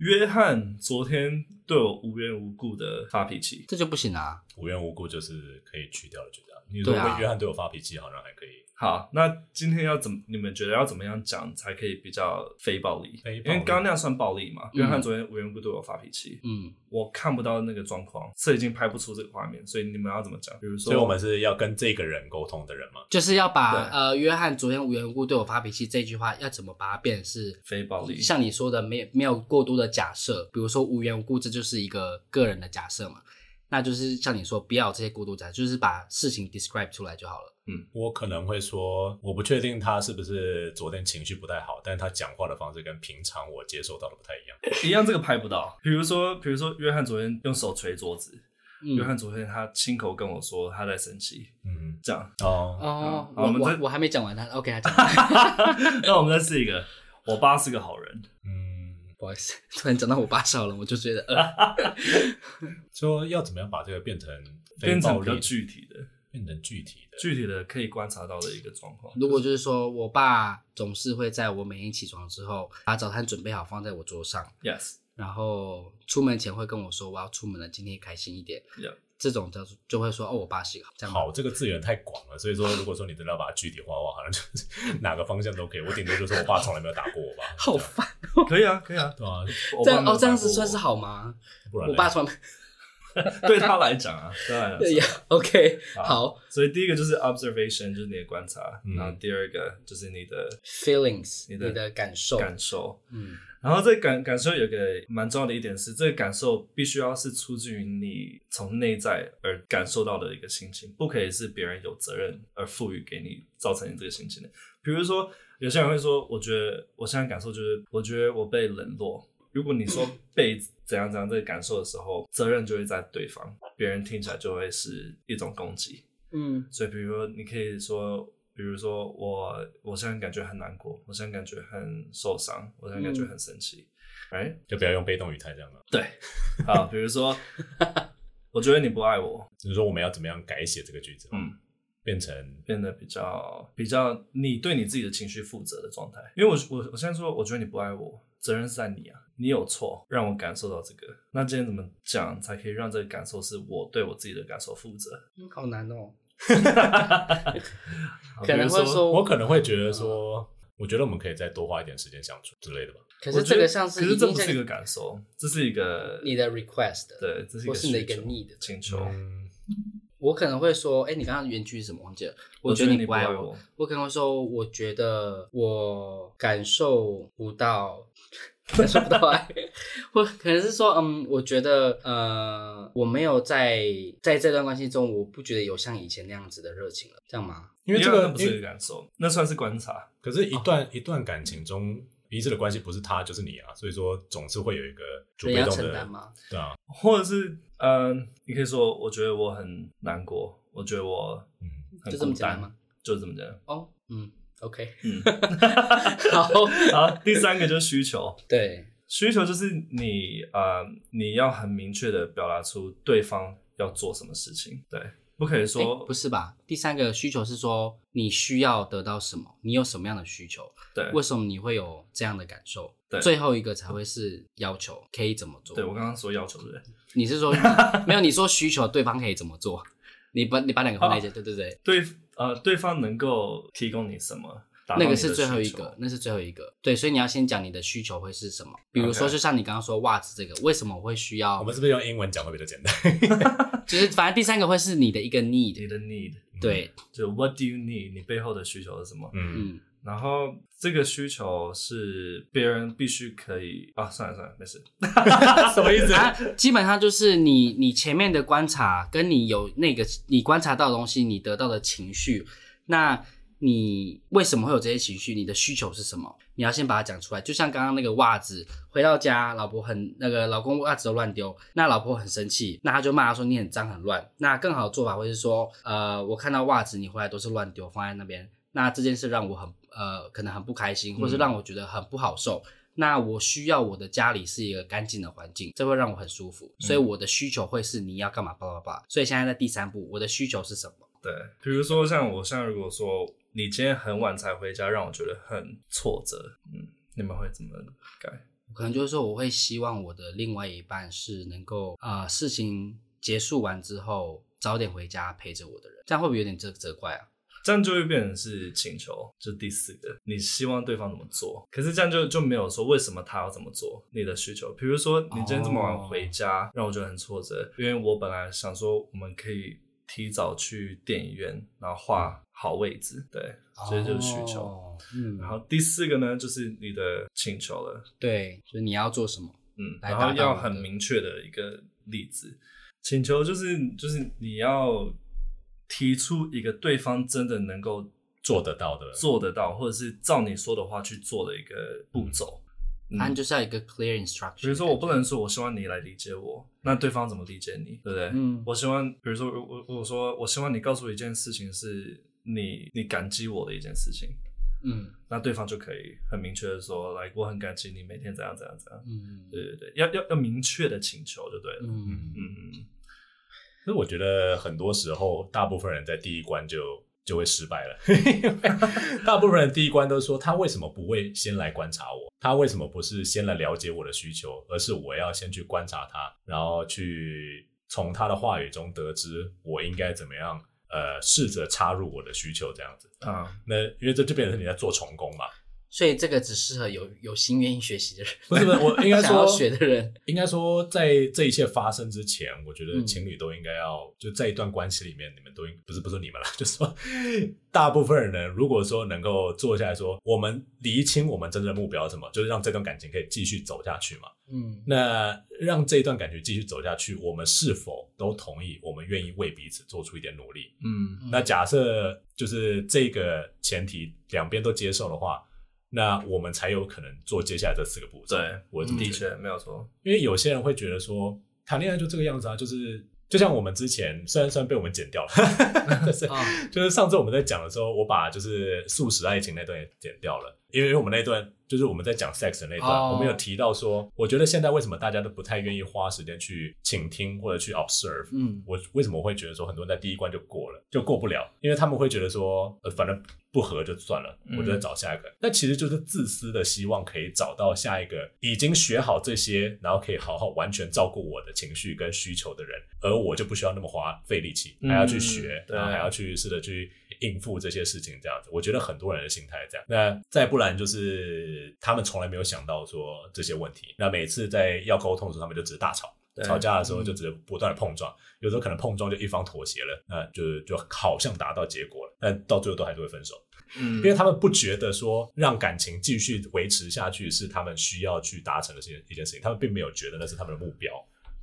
[SPEAKER 2] 约翰昨天对我无缘无故的发脾气，
[SPEAKER 1] 这就不行啊。
[SPEAKER 3] 无缘无故就是可以去掉的，就这样。你如
[SPEAKER 1] 对啊
[SPEAKER 3] 果约翰对我发脾气，好像还可以。
[SPEAKER 2] 好，那今天要怎么？你们觉得要怎么样讲才可以比较非暴力？
[SPEAKER 3] 非暴
[SPEAKER 2] 因
[SPEAKER 3] 力
[SPEAKER 2] 为刚刚那样算暴力嘛。
[SPEAKER 1] 嗯
[SPEAKER 2] 约翰昨天无缘无故对我发脾气，
[SPEAKER 1] 嗯，
[SPEAKER 2] 我看不到那个状况，摄影已经拍不出这个画面，所以你们要怎么讲？比如说，
[SPEAKER 3] 所以我们是要跟这个人沟通的人嘛。
[SPEAKER 1] 就是要把
[SPEAKER 2] 对
[SPEAKER 1] 呃约翰昨天无缘无故对我发脾气这句话，要怎么把它变成是
[SPEAKER 2] 非暴力
[SPEAKER 1] 像你说的，没有没有过多的假设，比如说无缘无故，这就是一个个人的假设嘛。那就是像你说，不要有这些过度假设，就是把事情 describe 出来就好了。
[SPEAKER 3] 我可能会说，我不确定他是不是昨天情绪不太好，但是他讲话的方式跟平常我接受到的不太一样。
[SPEAKER 2] 一样这个拍不到。比如说，比如说约翰昨天用手捶桌子，约
[SPEAKER 1] 嗯，
[SPEAKER 2] 翰昨天他亲口跟我说他在生气，
[SPEAKER 3] 嗯，
[SPEAKER 2] 这样。
[SPEAKER 3] 哦，
[SPEAKER 1] 哦，
[SPEAKER 2] 好
[SPEAKER 1] 我
[SPEAKER 2] 啊我们
[SPEAKER 1] 我
[SPEAKER 2] 再
[SPEAKER 1] 我还没讲完他，OK，他讲 完，
[SPEAKER 2] 那我们再试一个，我爸是个好人，
[SPEAKER 3] 嗯，
[SPEAKER 1] 不好意思，突然讲到我爸少了，我就觉得
[SPEAKER 2] 啊
[SPEAKER 1] 呃，
[SPEAKER 3] 说要怎么样把这个变成
[SPEAKER 2] 变成比
[SPEAKER 3] 非暴
[SPEAKER 2] 较
[SPEAKER 3] 力
[SPEAKER 2] 具体的、
[SPEAKER 3] 变成具体的，
[SPEAKER 2] 具体的可以观察到的一个状况。
[SPEAKER 1] 如果就是说我爸总是会在我每天起床之后，把早餐准备好放在我桌上，
[SPEAKER 2] Yes，
[SPEAKER 1] 然后出门前会跟我说我要出门了，今天开心一点。
[SPEAKER 2] Yeah
[SPEAKER 1] 这种叫做就会说哦，我爸是一个好这样吗
[SPEAKER 3] 好，这个字眼太广了，所以说如果说你真的要把它具体化的话，好像就是 哪个方向都可以。我顶多就说我爸从来没有打过我吧，
[SPEAKER 1] 好烦，
[SPEAKER 2] 可以啊，可以啊。
[SPEAKER 3] 对啊，
[SPEAKER 2] 我
[SPEAKER 1] 这
[SPEAKER 2] 爸
[SPEAKER 1] 样
[SPEAKER 2] 没有
[SPEAKER 1] 哦，这样
[SPEAKER 2] 打过
[SPEAKER 1] 子算是
[SPEAKER 2] 我
[SPEAKER 1] 好吗？
[SPEAKER 3] 不然
[SPEAKER 1] 我
[SPEAKER 3] 嘞
[SPEAKER 1] 爸从来
[SPEAKER 2] 对他来讲啊，对他来
[SPEAKER 1] 对
[SPEAKER 2] 讲
[SPEAKER 1] 呀。，OK，
[SPEAKER 2] 好
[SPEAKER 1] 好
[SPEAKER 2] 所以第一个就是 observation，就是你的观察，
[SPEAKER 3] 嗯
[SPEAKER 2] 然后第二个就是你的
[SPEAKER 1] ，feelings，
[SPEAKER 2] 你的
[SPEAKER 1] 你的感受，
[SPEAKER 2] 感受，
[SPEAKER 1] 嗯
[SPEAKER 2] 然后这个感感受有个蛮重要的一点是，这个感受必须要是出自于你从内在而感受到的一个心情，不可以是别人有责任而赋予给你造成你这个心情的。比如说，有些人会说，我觉得我现在感受就是，我觉得我被冷落。如果你说被怎样怎样这个感受的时候，责任就会在对方，别人听起来就会是一种攻击。
[SPEAKER 1] 嗯
[SPEAKER 2] 所以，比如说，你可以说，比如说我，我现在感觉很难过，我现在感觉很受伤，我现在感
[SPEAKER 1] 嗯
[SPEAKER 2] 觉很生气。哎、
[SPEAKER 3] 就不要用被动语态这样了。
[SPEAKER 2] 对，好，比 如说，我觉得你不爱我，
[SPEAKER 3] 就是说我们要怎么样改写这个句子，
[SPEAKER 2] 嗯，
[SPEAKER 3] 变成
[SPEAKER 2] 变得比较比较你对你自己的情绪负责的状态。因为我我我现在说，我觉得你不爱我，责任是在你啊，你有错，让我感受到这个。那今天怎么讲才可以让这个感受是我对我自己的感受负责？
[SPEAKER 1] 嗯，好难哦。
[SPEAKER 2] 好
[SPEAKER 1] 可能
[SPEAKER 2] 比如
[SPEAKER 1] 会说
[SPEAKER 3] 我可能会觉得说，我觉得我们可以再多花一点时间相处之类的吧。
[SPEAKER 1] 可
[SPEAKER 2] 我
[SPEAKER 1] 是
[SPEAKER 2] 觉
[SPEAKER 1] 这
[SPEAKER 2] 得
[SPEAKER 1] 个像
[SPEAKER 2] 可
[SPEAKER 1] 一
[SPEAKER 2] 是这
[SPEAKER 1] 定
[SPEAKER 2] 不是一个
[SPEAKER 1] 是
[SPEAKER 2] 感受，这是一个
[SPEAKER 1] 你的 request，
[SPEAKER 2] 对，这是一
[SPEAKER 1] 或
[SPEAKER 2] 个
[SPEAKER 1] 是你的一
[SPEAKER 2] 需
[SPEAKER 1] 个
[SPEAKER 2] 求
[SPEAKER 1] need
[SPEAKER 2] 请求。
[SPEAKER 3] 嗯，
[SPEAKER 1] 我可能会说，哎、你刚刚原句是什么？忘记了。
[SPEAKER 2] 我
[SPEAKER 1] 觉
[SPEAKER 2] 觉得
[SPEAKER 1] 你哦
[SPEAKER 2] 你
[SPEAKER 1] 不
[SPEAKER 2] 不
[SPEAKER 1] 爱
[SPEAKER 2] 爱
[SPEAKER 1] 我
[SPEAKER 2] 我。
[SPEAKER 1] 我可能会说，我觉得我感受不到， 感受不到爱。或可能是说，嗯，我觉得，呃，我没有在在这段关系中，我不觉得有像以前那样子的热情了，这样吗？
[SPEAKER 3] 因为这
[SPEAKER 2] 那
[SPEAKER 3] 个
[SPEAKER 2] 不
[SPEAKER 3] 因
[SPEAKER 2] 是一
[SPEAKER 3] 为
[SPEAKER 2] 个感受，那算是观察。
[SPEAKER 3] 可是，一段、一段感情中。彼此的关系不是他就是你啊，所以说总是会有一个主
[SPEAKER 1] 人
[SPEAKER 3] 被
[SPEAKER 1] 要
[SPEAKER 3] 动
[SPEAKER 1] 承担
[SPEAKER 3] 的，
[SPEAKER 1] 吗？
[SPEAKER 3] 对啊，
[SPEAKER 2] 或者是嗯、呃你可以说我觉得我很难过，我觉得我
[SPEAKER 3] 嗯
[SPEAKER 2] 很
[SPEAKER 1] 就这么
[SPEAKER 2] 孤
[SPEAKER 1] 简单
[SPEAKER 2] 单
[SPEAKER 1] 吗？
[SPEAKER 2] 就这么简单。
[SPEAKER 1] 哦，嗯，OK，
[SPEAKER 2] 嗯，
[SPEAKER 1] 好，
[SPEAKER 2] 好，第三个就是需求，
[SPEAKER 1] 对，
[SPEAKER 2] 需求就是你呃，你要很明确的表达出对方要做什么事情，对，不可以
[SPEAKER 1] 诶
[SPEAKER 2] 说
[SPEAKER 1] 不是吧？第三个需求是说你需要得到什么，你有什么样的需求，
[SPEAKER 2] 对
[SPEAKER 1] 为什么你会有这样的感受？
[SPEAKER 2] 对
[SPEAKER 1] 最后一个才会是要求，可以怎么做？
[SPEAKER 2] 对我刚刚说要求对不对？
[SPEAKER 1] 你是 说没有？你说需求对方可以怎么做？ 你把你把两个
[SPEAKER 2] 哦
[SPEAKER 1] 放在一起，对对对，
[SPEAKER 2] 对呃，对方能够提供你什么？达到
[SPEAKER 1] 那个
[SPEAKER 2] 你
[SPEAKER 1] 是
[SPEAKER 2] 的
[SPEAKER 1] 最后
[SPEAKER 2] 需
[SPEAKER 1] 一
[SPEAKER 2] 求
[SPEAKER 1] 个，那是最后一个。对，所以你要先讲你的需求会是什么。比如说，
[SPEAKER 2] OK
[SPEAKER 1] 就像你刚刚说袜子这个，为什么我会需要
[SPEAKER 3] 我？们是不是用英文讲会比较简单？
[SPEAKER 1] 就是反正第三个会是你的一个
[SPEAKER 2] 你
[SPEAKER 1] need。
[SPEAKER 2] 的 need，
[SPEAKER 1] 对，
[SPEAKER 2] 就是 What do you need？你背后的需求是什么？
[SPEAKER 3] 嗯，
[SPEAKER 1] 嗯，
[SPEAKER 2] 然后这个需求是别人必须可以啊，算了算了，没事。
[SPEAKER 3] 什么意
[SPEAKER 2] 嗯
[SPEAKER 3] 思？
[SPEAKER 1] 啊，基本上就是你你前面的观察，跟你有那个你观察到的东西，你得到的情绪，那你为什么会有这些情绪？你的需求是什么？你要先把它讲出来。就像刚刚那个袜子，回到家，老婆很那个老公袜子都乱丢，那老婆很生气，那他就骂他说你很脏很乱。那更好的做法会是说，呃，我看到袜子你回来都是乱丢，放在那边，那这件事让我很呃可能很不开心，或是让我觉得很不好受。那我需要我的家里是一个干净的环境，这会让我很舒服，所以我的需求会是你要干嘛，巴拉巴拉。所以现在在第三步，我的需求是什么？
[SPEAKER 2] 对，比如说像我现在如果说你今天很晚才回家，让我觉得很挫折，嗯，你们会怎么改？
[SPEAKER 1] 我可能就是说，我会希望我的另外一半是能够啊、呃事情结束完之后早点回家陪着我的人，这样会不会有点责责怪啊？
[SPEAKER 2] 这样就会变成是请求，这、第四个，你希望对方怎么做？可是这样就就没有说为什么他要怎么做，你的需求。比如说你今天这么晚回家，
[SPEAKER 1] 哦
[SPEAKER 2] 让我觉得很挫折，因为我本来想说我们可以提早去电影院，然后画好位置，对，所以就是需求。
[SPEAKER 1] 哦，嗯，
[SPEAKER 2] 然后第四个呢，就是你的请求了，
[SPEAKER 1] 对，就是你要做什么？
[SPEAKER 2] 嗯，
[SPEAKER 1] 哦来
[SPEAKER 2] 然
[SPEAKER 1] 达
[SPEAKER 2] 后
[SPEAKER 1] 到
[SPEAKER 2] 要
[SPEAKER 1] 你
[SPEAKER 2] 很
[SPEAKER 1] 的
[SPEAKER 2] 明确的一个例子，请求就是就是你要提出一个对方真的能够
[SPEAKER 3] 做得到 的，
[SPEAKER 2] 做得到，或者是照你说的话去做的一个步骤。
[SPEAKER 1] 答案就是要有一个 clear instruction。
[SPEAKER 2] 嗯比如说，我不能说我希望你来理解我，那对方怎么理解你，对不对？
[SPEAKER 1] 嗯
[SPEAKER 2] 我希望，比如说我我我说我希望你告诉我一件事情是你你感激我的一件事情，
[SPEAKER 1] 嗯
[SPEAKER 2] 那对方就可以很明确的说，来，我很感激你每天怎样怎样怎样。
[SPEAKER 1] 嗯
[SPEAKER 2] 对对对，要要要明确的请求就对了。
[SPEAKER 1] 嗯，
[SPEAKER 3] 嗯，
[SPEAKER 2] 嗯嗯，
[SPEAKER 3] 所以我觉得很多时候，大部分人在第一关就就会失败了。 大部分人第一关都说他为什么不会先来观察我？他为什么不是先来了解我的需求，而是我要先去观察他，然后去从他的话语中得知我应该怎么样？呃，试着插入我的需求这样子。
[SPEAKER 2] 嗯啊，
[SPEAKER 3] 那因为这就变成你在做重工嘛？
[SPEAKER 1] 所以这个只适合有有心愿意学习的人，
[SPEAKER 3] 不是不是，我应该
[SPEAKER 1] 想要
[SPEAKER 3] 说
[SPEAKER 1] 学的人。
[SPEAKER 3] 应该说，在这一切发生之前，我觉得
[SPEAKER 1] 嗯
[SPEAKER 3] 情侣都应该要、就在一段关系里面，你们都应不是不是你们了， 就是说大部分人如果说能够坐下来说，我们厘清我们真正的目标是什么，就是让这段感情可以继续走下去嘛。
[SPEAKER 1] 嗯
[SPEAKER 3] 那让这一段感情继续走下去，我们是否都同意，我们愿意为彼此做出一点努力？
[SPEAKER 2] 嗯
[SPEAKER 1] 嗯
[SPEAKER 3] 那假设就是这个前提两边都接受的话，那我们才有可能做接下来这四个步骤。
[SPEAKER 2] 对，
[SPEAKER 3] 我这么
[SPEAKER 2] 的
[SPEAKER 3] 觉得
[SPEAKER 2] 确没有错。
[SPEAKER 3] 因为有些人会觉得说，谈恋爱就这个样子啊，就是就像我们之前，虽然虽然被我们剪掉了，但是
[SPEAKER 1] 啊，
[SPEAKER 3] 就是上次我们在讲的时候，我把就是素食爱情那段也剪掉了，因为我们那段就是我们在讲 sex 的那段，
[SPEAKER 1] 哦
[SPEAKER 3] 我们有提到说，我觉得现在为什么大家都不太愿意花时间去倾听或者去 observe，
[SPEAKER 1] 嗯，
[SPEAKER 3] 我为什么会觉得说很多人在第一关就过了，就过不了，因为他们会觉得说，呃，反正不合就算了，
[SPEAKER 2] 嗯
[SPEAKER 3] 我就再找下一个。那、其实就是自私的希望可以找到下一个已经学好这些，然后可以好好完全照顾我的情绪跟需求的人，而我就不需要那么花费力气，还要去学，
[SPEAKER 2] 嗯
[SPEAKER 3] 然后还要去试着去。应付这些事情，这样子，我觉得很多人的心态是这样。那再不然就是他们从来没有想到说这些问题。那每次在要沟通的时候，他们就只是大吵，
[SPEAKER 2] 对嗯
[SPEAKER 3] 吵架的时候就只是不断的碰撞。有时候可能碰撞就一方妥协了，那就就好像达到结果了，但到最后都还是会分手，
[SPEAKER 2] 嗯
[SPEAKER 3] 因为他们不觉得说让感情继续维持下去是他们需要去达成的这件一件事情，他们并没有觉得那是他们的目标。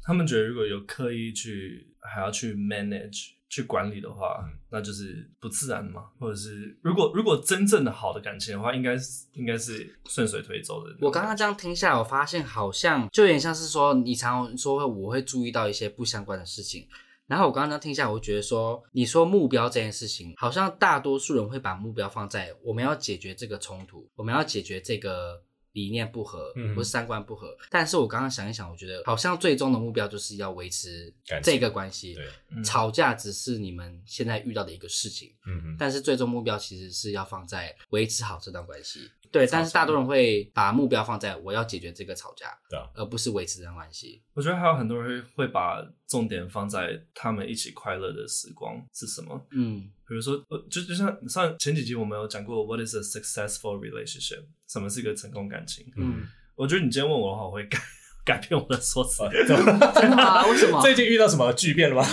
[SPEAKER 2] 他们觉得如果有刻意去还要去 manage 去管理的话，
[SPEAKER 3] 嗯
[SPEAKER 2] 那就是不自然嘛，或者是如果如果真正的好的感情的话，应该是应该是顺水推舟的。
[SPEAKER 1] 我刚刚这样听下来，我发现好像就有点像是说，你常常说我会注意到一些不相关的事情。然后我刚刚这样听下来，我觉得说，你说目标这件事情，好像大多数人会把目标放在我们要解决这个冲突，我们要解决这个理念不合，
[SPEAKER 3] 嗯
[SPEAKER 1] 或是三观不合。但是我刚刚想一想，我觉得好像最终的目标就是要维持
[SPEAKER 3] 感情
[SPEAKER 1] 这个关系
[SPEAKER 3] 对。
[SPEAKER 2] 嗯
[SPEAKER 1] 吵架只是你们现在遇到的一个事情，
[SPEAKER 3] 嗯哼，
[SPEAKER 1] 但是最终目标其实是要放在维持好这段关系。对，但是大多人会把目标放在我要解决这个吵架，
[SPEAKER 3] 对啊
[SPEAKER 1] 而不是维持这段关系。
[SPEAKER 2] 我觉得还有很多人会会把重点放在他们一起快乐的时光是什么，
[SPEAKER 1] 嗯
[SPEAKER 2] 比如说，呃，就就像上前几集我们有讲过，What is a successful relationship？什么是一个成功感情？
[SPEAKER 1] 嗯，
[SPEAKER 2] 我觉得你今天问我的话，我会改 改变我的说辞。
[SPEAKER 3] 啊 这么
[SPEAKER 1] 真的吗？为什 么？
[SPEAKER 3] 最近遇到什么巨变 了吗？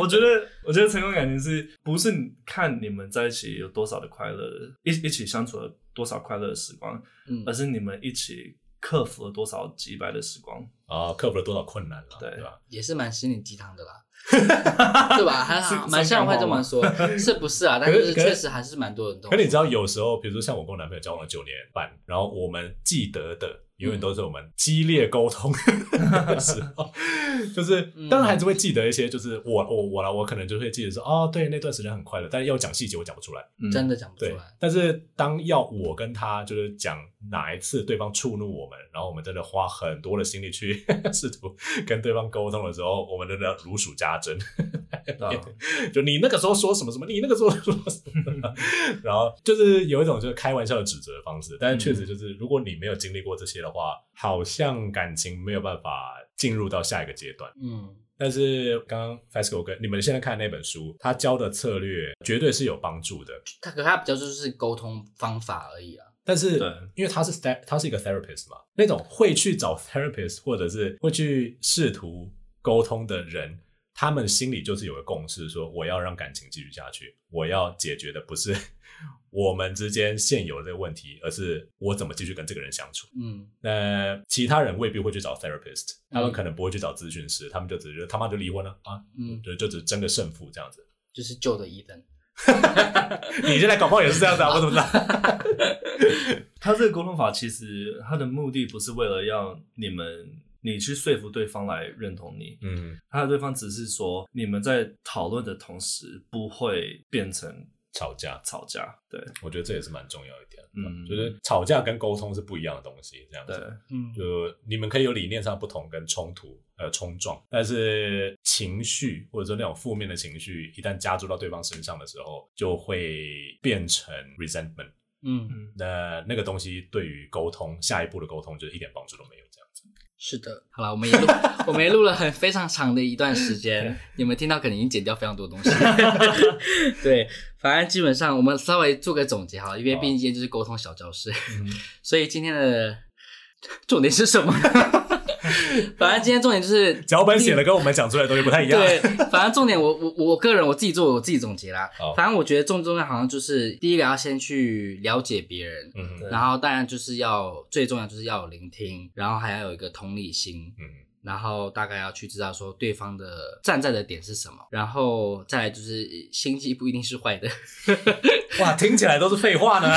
[SPEAKER 2] 我觉得，我觉得成功感情是不是看你们在一起有多少的快乐，一一起相处了多少快乐的时光，
[SPEAKER 1] 嗯
[SPEAKER 2] 而是你们一起克服了多少击败的时光。
[SPEAKER 3] 啊，克服了多少困难了，
[SPEAKER 2] 对
[SPEAKER 3] 对吧？
[SPEAKER 1] 也是蛮心灵鸡汤的 啦，对吧？还好，
[SPEAKER 2] 是
[SPEAKER 1] 蛮像会这么说， 是不是啊？但是
[SPEAKER 3] 可是
[SPEAKER 1] 确实还是蛮多人都。
[SPEAKER 3] 可你知道，有时候比如说像我跟我男朋友交往了九年半，然后我们记得的永
[SPEAKER 1] 嗯
[SPEAKER 3] 远都是我们激烈沟 通的时候，就是
[SPEAKER 1] 嗯
[SPEAKER 3] 当然还是会记得一些，就是我我我啦，我可能就会记得说，哦，对，那段时间很快乐，但是要讲细节我讲不出来。
[SPEAKER 2] 嗯
[SPEAKER 1] 真的讲不出
[SPEAKER 3] 对
[SPEAKER 1] 来，，
[SPEAKER 3] 但是当要我跟他就是讲哪一次对方触怒我们，然后我们真的花很多的心力去 试图跟对方沟通的时候，我们真的如数家珍。
[SPEAKER 2] 对啊
[SPEAKER 3] 就你那个时候说什么什么，你那个时候说什么，然后就是有一种就是开玩笑的指责的方式，但是确实就是如果你没有经历过这些的话，好像感情没有办法进入到下一个阶段。
[SPEAKER 1] 嗯
[SPEAKER 3] 但是刚刚 FESCO 跟你们现在看那本书，他教的策略绝对是有帮助的，
[SPEAKER 1] 他可他比较就是沟通方法而已啊。
[SPEAKER 3] 但是
[SPEAKER 2] 对
[SPEAKER 3] 因为他是 ther- 他是一个 therapist 嘛，那种会去找 therapist 或者是会去试图沟通的人，他们心里就是有个共识，说我要让感情继续下去，我要解决的不是 我们之间现有的这个问题，而是我怎么继续跟这个人相处。
[SPEAKER 1] 嗯，
[SPEAKER 3] 那其他人未必会去找 therapist，他们
[SPEAKER 1] 嗯
[SPEAKER 3] 可能不会去找咨询师，他们就只是他妈就离婚了啊，
[SPEAKER 1] 嗯
[SPEAKER 3] 就就只争个胜负这样子。
[SPEAKER 1] 就是旧的伊登，
[SPEAKER 3] 你现在搞不好也是这样子啊，我怎么知道？
[SPEAKER 2] 他这个沟通法其实他的目的不是为了要你们你去说服对方来认同你，
[SPEAKER 3] 嗯，
[SPEAKER 2] 他的对方只是说你们在讨论的同时不会变成
[SPEAKER 3] 吵架，
[SPEAKER 2] 吵架。对
[SPEAKER 3] 我觉得这也是蛮重要一点。
[SPEAKER 2] 嗯
[SPEAKER 3] 就是吵架跟沟通是不一样的东西，这样
[SPEAKER 2] 对
[SPEAKER 3] 子。，
[SPEAKER 1] 嗯
[SPEAKER 3] 就你们可以有理念上不同跟冲突，呃，冲撞，但是情绪或者说那种负面的情绪，一旦加注到对方身上的时候，就会变成 resentment。
[SPEAKER 1] 嗯，
[SPEAKER 2] 嗯，
[SPEAKER 3] 那那个东西对于沟通下一步的沟通就是一点帮助都没有，这样子。
[SPEAKER 1] 是的。好了，我们也录，我们也录了很非常长的一段时间，你们听到可能已经剪掉非常多东西。 对，反正基本上我们稍微做个总结哈，因为
[SPEAKER 3] 好啊
[SPEAKER 1] 毕竟今天就是沟通小教室，
[SPEAKER 2] 嗯
[SPEAKER 1] 所以今天的重点是什么？ 反正今天重点就是
[SPEAKER 3] 脚本写的跟我们讲出来的东西不太一样。
[SPEAKER 1] 对，反正重点我我我个人我自己做我自己总结啦
[SPEAKER 3] 好。
[SPEAKER 1] 反正我觉得重中要好像就是第一个要先去了解别人，
[SPEAKER 3] 嗯哼，
[SPEAKER 2] 对
[SPEAKER 1] 然后当然就是要最重要就是要有聆听，然后还要有一个同理心，
[SPEAKER 3] 嗯
[SPEAKER 1] 然后大概要去知道说对方的站在的点是什么，然后再来就是心机不一定是坏的，
[SPEAKER 3] 哇，听起来都是废话呢。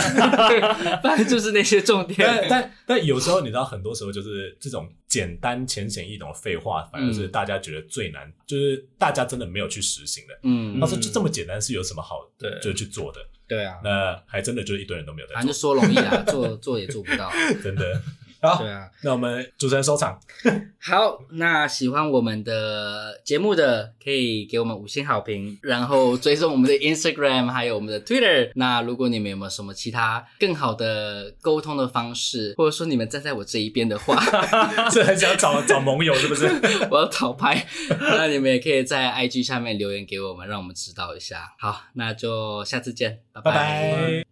[SPEAKER 1] 反正就是那些重
[SPEAKER 3] 但
[SPEAKER 1] 点。
[SPEAKER 3] 但但有时候你知道，很多时候就是这种简单、浅显易懂的废话，反而
[SPEAKER 1] 嗯
[SPEAKER 3] 是大家觉得最难，就是大家真的没有去实行的。
[SPEAKER 1] 嗯，
[SPEAKER 3] 他说就这么简单是有什么好
[SPEAKER 2] 对
[SPEAKER 3] 就去做的？
[SPEAKER 1] 对啊，
[SPEAKER 3] 那还真的就是一堆人都没有在
[SPEAKER 1] 反正
[SPEAKER 3] 做
[SPEAKER 1] 就，说容易啊，做做也做不到。
[SPEAKER 3] 真的。好
[SPEAKER 1] 对，啊，
[SPEAKER 3] 那我们主持人收场，
[SPEAKER 1] 好，那喜欢我们的节目的，可以给我们五星好评，然后追踪我们的 Instagram，还有我们的 Twitter。那如果你们有没有什么其他更好的沟通的方式，或者说你们站在我这一边的话，
[SPEAKER 3] 是很想找找盟友是 不是？
[SPEAKER 1] 我要讨拍，那你们也可以在 IG 下面留言给我们，让我们知道一下。好，那就下次见，拜
[SPEAKER 3] 拜拜。